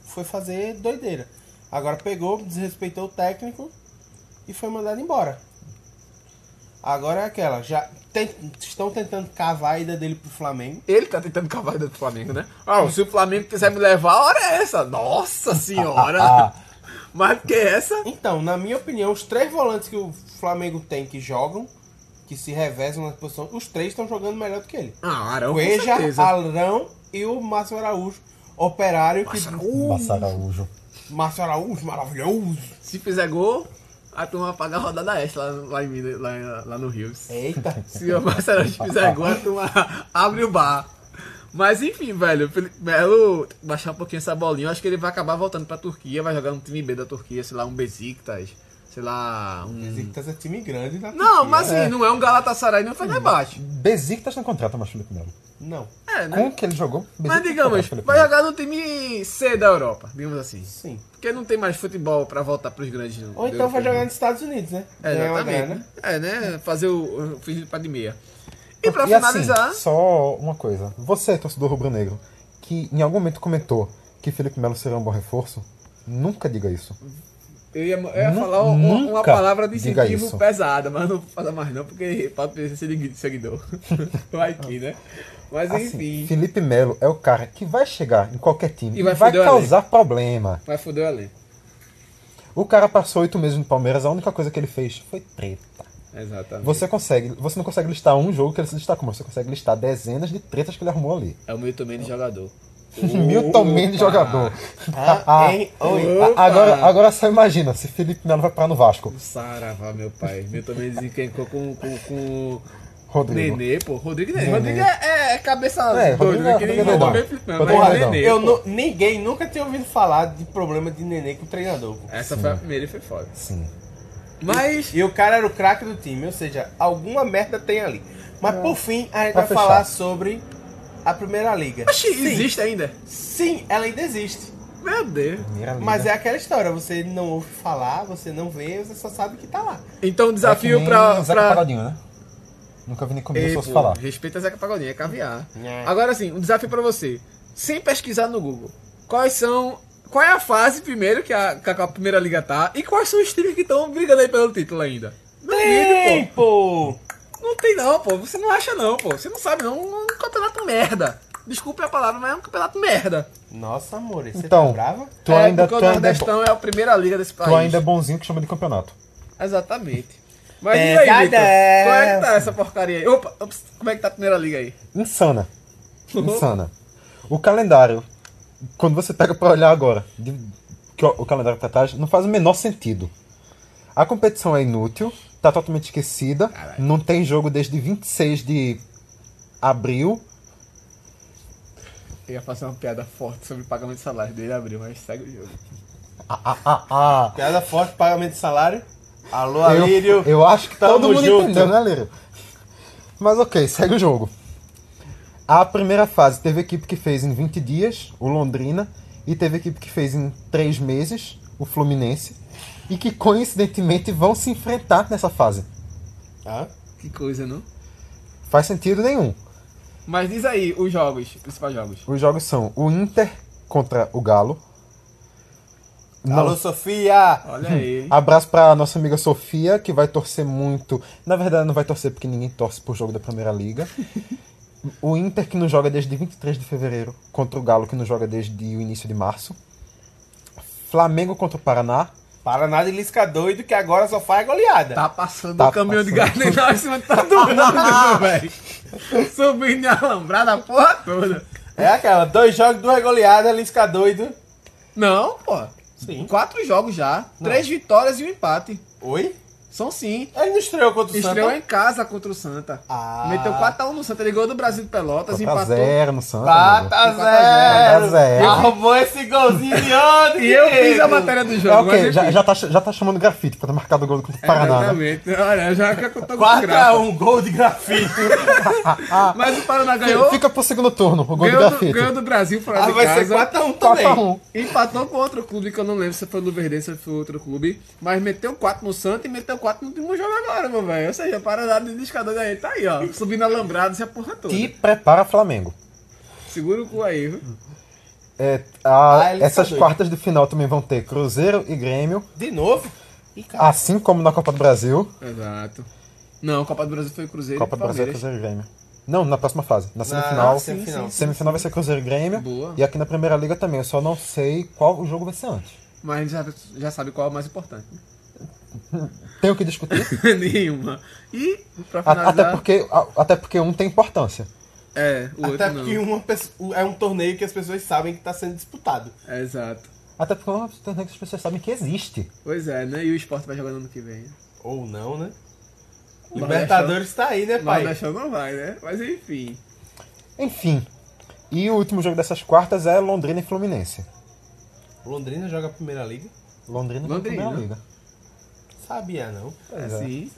Speaker 2: foi fazer doideira. Agora pegou, desrespeitou o técnico e foi mandado embora. Agora é aquela, já tem- estão tentando cavar a ida dele pro Flamengo.
Speaker 1: Ele tá tentando cavar do Flamengo, né? Ah, se o Flamengo quiser me levar, a hora é essa. Nossa senhora! Mais do que essa?
Speaker 2: Então, na minha opinião, os três volantes que o Flamengo tem que jogam, que se revezam na posição, os três estão jogando melhor do que ele.
Speaker 1: Ah, Arão, com
Speaker 2: Cueja,
Speaker 1: certeza.
Speaker 2: Alrão e o Márcio Araújo, operário que.
Speaker 3: Massa Araújo.
Speaker 2: Márcio Araújo, maravilhoso!
Speaker 1: Se fizer gol, a turma paga a rodada extra lá, lá em Minas, lá, em- lá no Rio.
Speaker 2: Eita!
Speaker 1: Se o Marcelo fizer gol, a turma abre o bar. Mas enfim, velho, o Felipe Melo baixar um pouquinho essa bolinha. Eu acho que ele vai acabar voltando pra Turquia, vai jogar no time B da Turquia, sei lá, um Besiktas, sei lá, um...
Speaker 2: Besiktas é time grande na
Speaker 1: Não,
Speaker 2: Turquia.
Speaker 1: mas assim, não é um Galatasaray, não foi lá embaixo.
Speaker 3: Besiktas não contrata mais Felipe Melo.
Speaker 2: Não,
Speaker 1: É,
Speaker 3: Com
Speaker 1: né?
Speaker 3: o que né? ele jogou,
Speaker 1: Mas
Speaker 3: Besiktas
Speaker 1: digamos,
Speaker 3: contrata Felipe
Speaker 1: vai
Speaker 3: Melo.
Speaker 1: jogar no time C da Europa, digamos assim.
Speaker 2: sim.
Speaker 1: Porque não tem mais futebol pra voltar pros grandes.
Speaker 2: Ou então vai
Speaker 1: europeus.
Speaker 2: jogar nos Estados Unidos, né?
Speaker 1: É,
Speaker 2: Ganhar uma
Speaker 1: exatamente.
Speaker 2: grana.
Speaker 1: É, né? Fazer o, o fim de pá de meia. E pra
Speaker 3: assim,
Speaker 1: finalizar,
Speaker 3: só uma coisa. Você, torcedor rubro-negro, que em algum momento comentou que Felipe Melo seria um bom reforço, nunca diga isso.
Speaker 1: eu ia, eu ia
Speaker 3: Nu-
Speaker 1: falar um- um- uma
Speaker 3: nunca
Speaker 1: palavra de
Speaker 3: diga
Speaker 1: incentivo
Speaker 3: isso.
Speaker 1: pesada, mas não vou falar mais não, porque pode perder segui- seguidor. Vai que, né? Mas
Speaker 3: Assim,
Speaker 1: enfim,
Speaker 3: Felipe Melo é o cara que vai chegar em qualquer time
Speaker 1: E vai fuder o
Speaker 3: causar problema.
Speaker 1: vai foder o além.
Speaker 3: O cara passou oito meses no Palmeiras, a única coisa que ele fez foi treta.
Speaker 1: Exatamente.
Speaker 3: Você consegue, você não consegue listar um jogo que ele se destacou, mas você consegue listar dezenas de tretas que ele arrumou ali.
Speaker 1: É o Milton Mendes jogador. Oh.
Speaker 3: Milton Mendes jogador.
Speaker 2: Ah, hein? Oi.
Speaker 1: Opa!
Speaker 3: agora, agora só imagina se Felipe Melo vai parar no Vasco.
Speaker 1: Saravá, meu pai. Milton Mendes encrencou com, com, com
Speaker 3: Rodrigo.
Speaker 1: Nenê, pô. Rodrigo e Nenê.
Speaker 3: Nenê.
Speaker 1: Rodrigo é, é cabeça doida,
Speaker 3: É, Rodrigo é-
Speaker 1: né? Que nem
Speaker 3: Rodrigo é
Speaker 1: Rodrigo
Speaker 3: doidão.
Speaker 1: é Felipe Melo,
Speaker 3: Rodrigo
Speaker 1: mas
Speaker 3: é doidão.
Speaker 1: Nenê,
Speaker 2: Eu
Speaker 1: pô.
Speaker 2: nu- ninguém nunca tinha ouvido falar de problema de nenê com o treinador. pô.
Speaker 1: Essa foi a primeira e foi foda.
Speaker 3: Sim.
Speaker 1: Mas.
Speaker 2: E o cara era o craque do time, ou seja, alguma merda tem ali. Mas
Speaker 1: É.
Speaker 2: por fim, a gente
Speaker 3: Pra
Speaker 2: vai
Speaker 3: fechar.
Speaker 2: falar sobre a Primeira Liga.
Speaker 1: Oxi, existe ainda?
Speaker 2: Sim, ela ainda existe.
Speaker 1: Meu Deus.
Speaker 3: Primeira liga.
Speaker 2: Mas é aquela história, você não ouve falar, você não vê, você só sabe que tá lá.
Speaker 1: Então,
Speaker 3: É que
Speaker 1: desafio
Speaker 3: nem
Speaker 1: pra.
Speaker 3: Zeca
Speaker 1: pra...
Speaker 3: Pagodinho, né? Nunca vi nem comer
Speaker 1: Ei,
Speaker 3: se fosse
Speaker 1: pô,
Speaker 3: falar.
Speaker 1: respeita a Zeca Pagodinho, é caviar.
Speaker 2: Né.
Speaker 1: Agora sim, um desafio pra você. Sem pesquisar no Google, quais são. Qual é a fase primeiro que a, que a primeira liga tá? E quais são os times que estão brigando aí pelo título ainda? Duvido, pô.
Speaker 2: Tempo!
Speaker 1: Não tem não, pô. Você não acha não, pô. Você não sabe não. Um campeonato merda. Desculpe a palavra, mas é um campeonato merda.
Speaker 2: Nossa, amor, você tá
Speaker 3: Então,
Speaker 2: brava?
Speaker 3: tu,
Speaker 1: é,
Speaker 3: ainda, tu,
Speaker 1: porque o
Speaker 3: ainda é, bo-
Speaker 1: Nordestão é a primeira liga desse país.
Speaker 3: tu ainda é bonzinho que chama de campeonato.
Speaker 1: Exatamente. Mas e aí,
Speaker 2: Pesadão.
Speaker 1: Vitor? Como é que tá essa porcaria aí? Opa, ops, como é que tá a primeira liga aí?
Speaker 3: Insana. Insana. O calendário, quando você pega pra olhar agora, de- que o, o calendário que tá atrás, não faz o menor sentido. A competição é inútil, tá totalmente esquecida, não tem jogo desde 26 de abril.
Speaker 1: Eu ia fazer uma piada forte sobre o pagamento de salário dele abriu, mas segue o jogo.
Speaker 3: Ah, ah, ah.
Speaker 2: Piada forte, pagamento de salário. Alô,
Speaker 3: Eu,
Speaker 2: Alírio.
Speaker 3: eu acho que todo
Speaker 2: Tamo
Speaker 3: mundo
Speaker 2: junto.
Speaker 3: entendeu, né, Lírio? Mas ok, segue o jogo. A primeira fase teve equipe que fez em 20 dias, o Londrina, e teve equipe que fez em 3 meses, o Fluminense, e que coincidentemente vão se enfrentar nessa fase.
Speaker 2: Hã?
Speaker 1: Que coisa, não?
Speaker 3: Faz sentido nenhum.
Speaker 1: Mas diz aí os jogos, os principais jogos.
Speaker 3: Os jogos são o Inter contra o Galo. Não,
Speaker 2: Alô, Sofia!
Speaker 1: Olha aí.
Speaker 3: Abraço pra nossa amiga Sofia, que vai torcer muito. Na verdade, não vai torcer porque ninguém torce pro jogo da Primeira Liga. o Inter, que não joga desde 23 de fevereiro, contra o Galo, que não joga desde o início de março. Flamengo contra o Paraná.
Speaker 2: Paraná de Lisca doido que agora só faz goleada.
Speaker 1: Tá passando
Speaker 3: Tá
Speaker 1: o caminhão de gás
Speaker 3: passando.
Speaker 1: em cima de todo mundo, velho. Subindo e alambrada a porra toda.
Speaker 2: É aquela, dois jogos, duas goleadas, Lisca doido.
Speaker 1: Não, pô.
Speaker 2: Sim.
Speaker 1: Quatro jogos já. Três vitórias e um empate.
Speaker 2: Oi?
Speaker 1: São sim.
Speaker 2: Ele não estreou contra o
Speaker 1: Estreou
Speaker 2: Santa?
Speaker 1: em casa contra o Santa.
Speaker 2: Ah.
Speaker 1: Meteu 4x1 no Santa. Ele ganhou do Brasil de Pelotas,
Speaker 3: Tá
Speaker 1: empatou.
Speaker 3: zero no Santa. amigo.
Speaker 2: 4 a 0.
Speaker 3: 4 a 0.
Speaker 2: Arrumou esse golzinho de ontem.
Speaker 1: E eu fiz a matéria do
Speaker 3: É,
Speaker 1: jogo.
Speaker 3: ok,
Speaker 1: mas
Speaker 3: já,
Speaker 1: enfim.
Speaker 3: já tá, já tá chamando grafite pra ter marcado o gol contra o Paraná. né?
Speaker 1: Exatamente. Olha, já que eu tô com
Speaker 2: 4 a
Speaker 1: graça.
Speaker 2: 1, gol de grafite.
Speaker 1: Mas o Paraná ganhou.
Speaker 3: Fica pro segundo turno, o gol do
Speaker 1: Ganhou do,
Speaker 3: grafite.
Speaker 1: ganhou do Brasil fora
Speaker 2: Ah,
Speaker 1: de
Speaker 2: vai
Speaker 1: casa. um.
Speaker 2: ser 4 a 1
Speaker 3: 4 a
Speaker 2: também.
Speaker 3: 1.
Speaker 1: Empatou com outro clube que eu não lembro se foi o Luverdense ou se foi outro clube. Mas meteu 4 no Santa e meteu 4 no último jogo agora, meu velho. Ou seja, Paraná de discador aí. Tá aí, ó. Subindo alambrado, se a porra toda.
Speaker 3: Te prepara Flamengo.
Speaker 1: Segura o cu aí, viu?
Speaker 3: É, a-
Speaker 2: Ah, ele tá
Speaker 3: essas
Speaker 2: doido.
Speaker 3: quartas de final também vão ter Cruzeiro e Grêmio,
Speaker 2: De novo? Ih, cara.
Speaker 3: assim como na Copa do Brasil.
Speaker 1: Exato. Não, Copa do Brasil foi Cruzeiro.
Speaker 3: Copa do Brasil é
Speaker 1: Palmeiras.
Speaker 3: Cruzeiro e Grêmio. Não, na próxima fase. Na semifinal.
Speaker 2: semifinal.
Speaker 3: Sim, sim, Semifinal vai ser Cruzeiro e Grêmio.
Speaker 1: Ah, Boa.
Speaker 3: E aqui na Primeira Liga também. Eu só não sei qual o jogo vai ser antes.
Speaker 1: Mas já, já sabe qual é o mais importante.
Speaker 3: Tenho que discutir.
Speaker 1: Nenhuma. E, pra
Speaker 3: A- até,
Speaker 1: finalizar,
Speaker 3: porque, a- até porque um tem importância.
Speaker 1: é, o
Speaker 2: Até
Speaker 1: outro não.
Speaker 2: porque uma pessoa- é um torneio que as pessoas sabem que está sendo disputado.
Speaker 3: um.
Speaker 1: É, exato.
Speaker 3: Até porque é um torneio que as pessoas sabem que existe.
Speaker 1: Pois é, né? E o esporte vai jogar no ano que vem.
Speaker 2: Ou não, né?
Speaker 1: Mas
Speaker 2: Libertadores tá aí, né,
Speaker 1: Mas o
Speaker 2: pai?
Speaker 1: Nordestão não vai, né? Mas enfim.
Speaker 3: Enfim. E o último jogo dessas quartas é Londrina e Fluminense.
Speaker 2: Londrina joga a primeira liga?
Speaker 3: Londrina, e
Speaker 1: Londrina.
Speaker 3: Primeira Liga.
Speaker 2: Sabia não.
Speaker 3: é.
Speaker 1: Assim.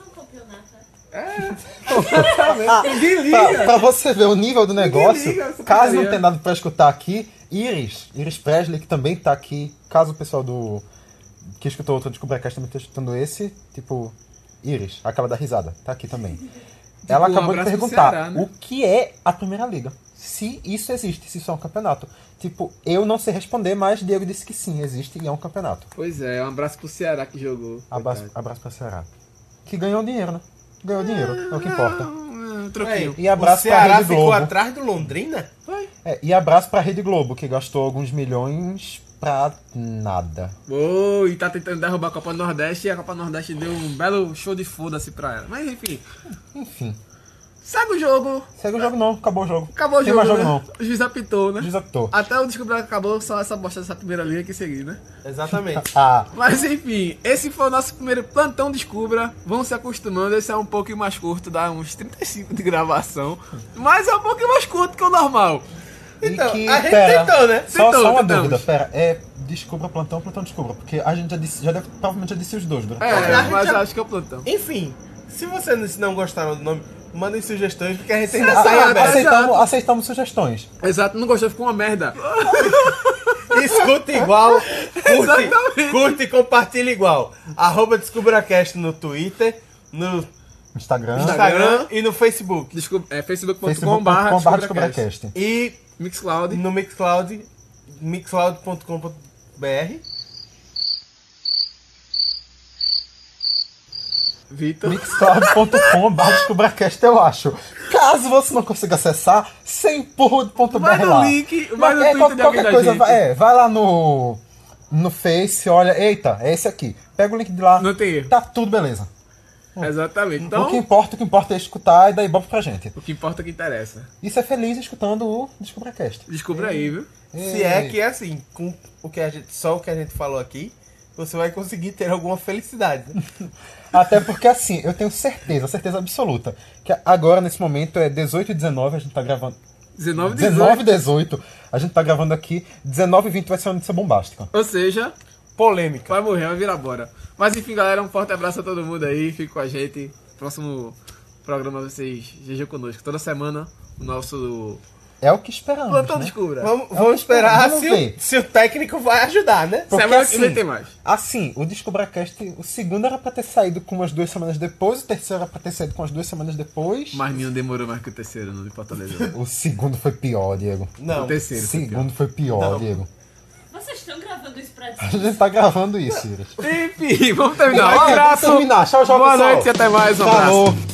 Speaker 6: Um
Speaker 3: Tá
Speaker 1: Ah,
Speaker 3: Pra, pra você ver o nível do negócio,
Speaker 1: liga essa
Speaker 3: caso
Speaker 1: porcaria.
Speaker 3: não tenha nada pra escutar aqui, Iris, Iris Presley, que também tá aqui, caso o pessoal do. que escutou outro Descobrecast também esteja escutando esse, tipo, Iris, aquela da risada, tá aqui também. Ela
Speaker 1: um
Speaker 3: acabou de
Speaker 1: abraço pro
Speaker 3: perguntar
Speaker 1: Ceará, né?
Speaker 3: o que é a Primeira Liga. Se isso existe, se isso é um campeonato. Tipo, eu não sei responder, mas Diego disse que sim, existe e é um campeonato.
Speaker 1: Pois é, um abraço pro Ceará que jogou.
Speaker 3: Um Abraço, abraço pra Ceará. Que ganhou dinheiro, né? Ganhou dinheiro, é o que importa.
Speaker 1: Ah,
Speaker 2: Aí,
Speaker 1: Troquinho.
Speaker 3: E abraço
Speaker 2: o
Speaker 3: pra
Speaker 2: Ceará
Speaker 3: Rede
Speaker 2: ficou
Speaker 3: Globo.
Speaker 2: atrás do Londrina?
Speaker 3: É, e abraço pra Rede Globo, que gastou alguns milhões pra nada.
Speaker 1: Ô, e tá tentando derrubar a Copa do Nordeste e a Copa do Nordeste deu um belo show de foda-se pra ela. Mas enfim,
Speaker 3: Enfim.
Speaker 1: segue o jogo.
Speaker 3: Segue o jogo não, acabou o jogo.
Speaker 1: Acabou o
Speaker 3: Tem
Speaker 1: jogo,
Speaker 3: mais
Speaker 1: né?
Speaker 3: jogo não.
Speaker 1: O juiz apitou, né?
Speaker 3: Desaptou.
Speaker 1: Até eu descobrir que acabou só essa bosta dessa primeira linha que seguir, né?
Speaker 2: Exatamente.
Speaker 3: Ah,
Speaker 1: Mas enfim, esse foi o nosso primeiro plantão descubra. Vão se acostumando, esse é um pouquinho mais curto, dá uns 35 de gravação. Mas é um pouquinho mais curto que o normal.
Speaker 2: Então,
Speaker 3: e que,
Speaker 2: a gente
Speaker 3: pera,
Speaker 2: tentou, né?
Speaker 3: Só,
Speaker 1: Tentou,
Speaker 3: só uma
Speaker 1: tentamos.
Speaker 3: dúvida, pera. É, descubra plantão, plantão descubra. Porque a gente já disse, já deve, provavelmente já disse os dois. né? Ah, durante
Speaker 1: É,
Speaker 3: o programa.
Speaker 1: mas
Speaker 2: já-
Speaker 1: acho que é o plantão.
Speaker 2: Enfim, se vocês não gostaram do nome, mandem sugestões, porque é a gente ainda
Speaker 3: é A-
Speaker 2: sai
Speaker 3: a-
Speaker 2: aberto.
Speaker 3: aceitamos, aceitamos sugestões.
Speaker 1: Exato, não gostou, ficou uma merda.
Speaker 2: Escuta igual, curte,
Speaker 1: Exatamente.
Speaker 2: curte e compartilha igual. Arroba DescubraCast no Twitter, no
Speaker 3: Instagram,
Speaker 2: Instagram e no Facebook.
Speaker 1: Desculpa, é facebook.com.br
Speaker 3: facebook.com.br descubracast.
Speaker 2: E
Speaker 1: Mixcloud.
Speaker 2: no Mixcloud, mixcloud.com.br.
Speaker 1: Vitor.
Speaker 3: mixcloud.com.br descubracast, eu acho. Caso você não consiga acessar, sempurro.br
Speaker 1: Vai no
Speaker 3: lá.
Speaker 1: link, vai no
Speaker 3: é,
Speaker 1: Twitter
Speaker 3: qual-
Speaker 1: de alguém
Speaker 3: qualquer
Speaker 1: da
Speaker 3: coisa,
Speaker 1: gente.
Speaker 3: vai, é, vai lá no no Face, olha, eita, é esse aqui. Pega o link de lá.
Speaker 1: Não tem erro.
Speaker 3: Tá tudo beleza.
Speaker 1: Exatamente.
Speaker 3: O que
Speaker 1: Então,
Speaker 3: importa, o que importa é escutar e dar ibope pra gente.
Speaker 1: o que importa é o que interessa.
Speaker 3: E ser feliz escutando o DescubraCast.
Speaker 1: Descubra aí, viu?
Speaker 2: Se é que é assim, com o que a gente, só o que a gente falou aqui, você vai conseguir ter alguma felicidade. né?
Speaker 3: Até porque assim, eu tenho certeza, certeza absoluta, que agora nesse momento é 18 e 19, a gente tá gravando.
Speaker 1: 19 de
Speaker 3: 19 e 18, a gente tá gravando aqui. 19 e 20 vai ser uma notícia bombástica.
Speaker 1: Ou seja,
Speaker 2: Polêmica.
Speaker 1: vai morrer, vai virar bora. Mas enfim, galera, um forte abraço a todo mundo aí. Fique com a gente. Próximo programa vocês GG conosco. Toda semana, o nosso
Speaker 3: É o que esperamos.
Speaker 1: plantão
Speaker 3: né?
Speaker 1: descubra.
Speaker 2: Vamos,
Speaker 3: É o
Speaker 2: vamos
Speaker 3: que esperamos,
Speaker 2: esperar
Speaker 3: vamos
Speaker 2: se o,
Speaker 3: ver.
Speaker 2: se o técnico vai ajudar, né?
Speaker 3: Porque
Speaker 1: Semana que vem
Speaker 3: assim,
Speaker 1: tem mais.
Speaker 3: Assim, o DescubraCast, o segundo era pra ter saído com umas duas semanas depois, o terceiro era pra ter saído com as duas semanas depois.
Speaker 1: Mas nenhum demorou mais que o terceiro, não de Fortaleza.
Speaker 3: O segundo foi pior, Diego.
Speaker 1: O
Speaker 2: Não.
Speaker 3: O
Speaker 1: terceiro. foi pior.
Speaker 3: segundo foi pior, Diego.
Speaker 6: Vocês estão gravando isso pra
Speaker 3: A gente tá gravando isso, Iris.
Speaker 1: Enfim, vamos terminar. Um
Speaker 3: Vai, vamos
Speaker 1: abraço.
Speaker 3: terminar. Tchau, tchau,
Speaker 1: Boa
Speaker 3: pessoal.
Speaker 1: noite e até mais. Um abraço.
Speaker 3: Falou.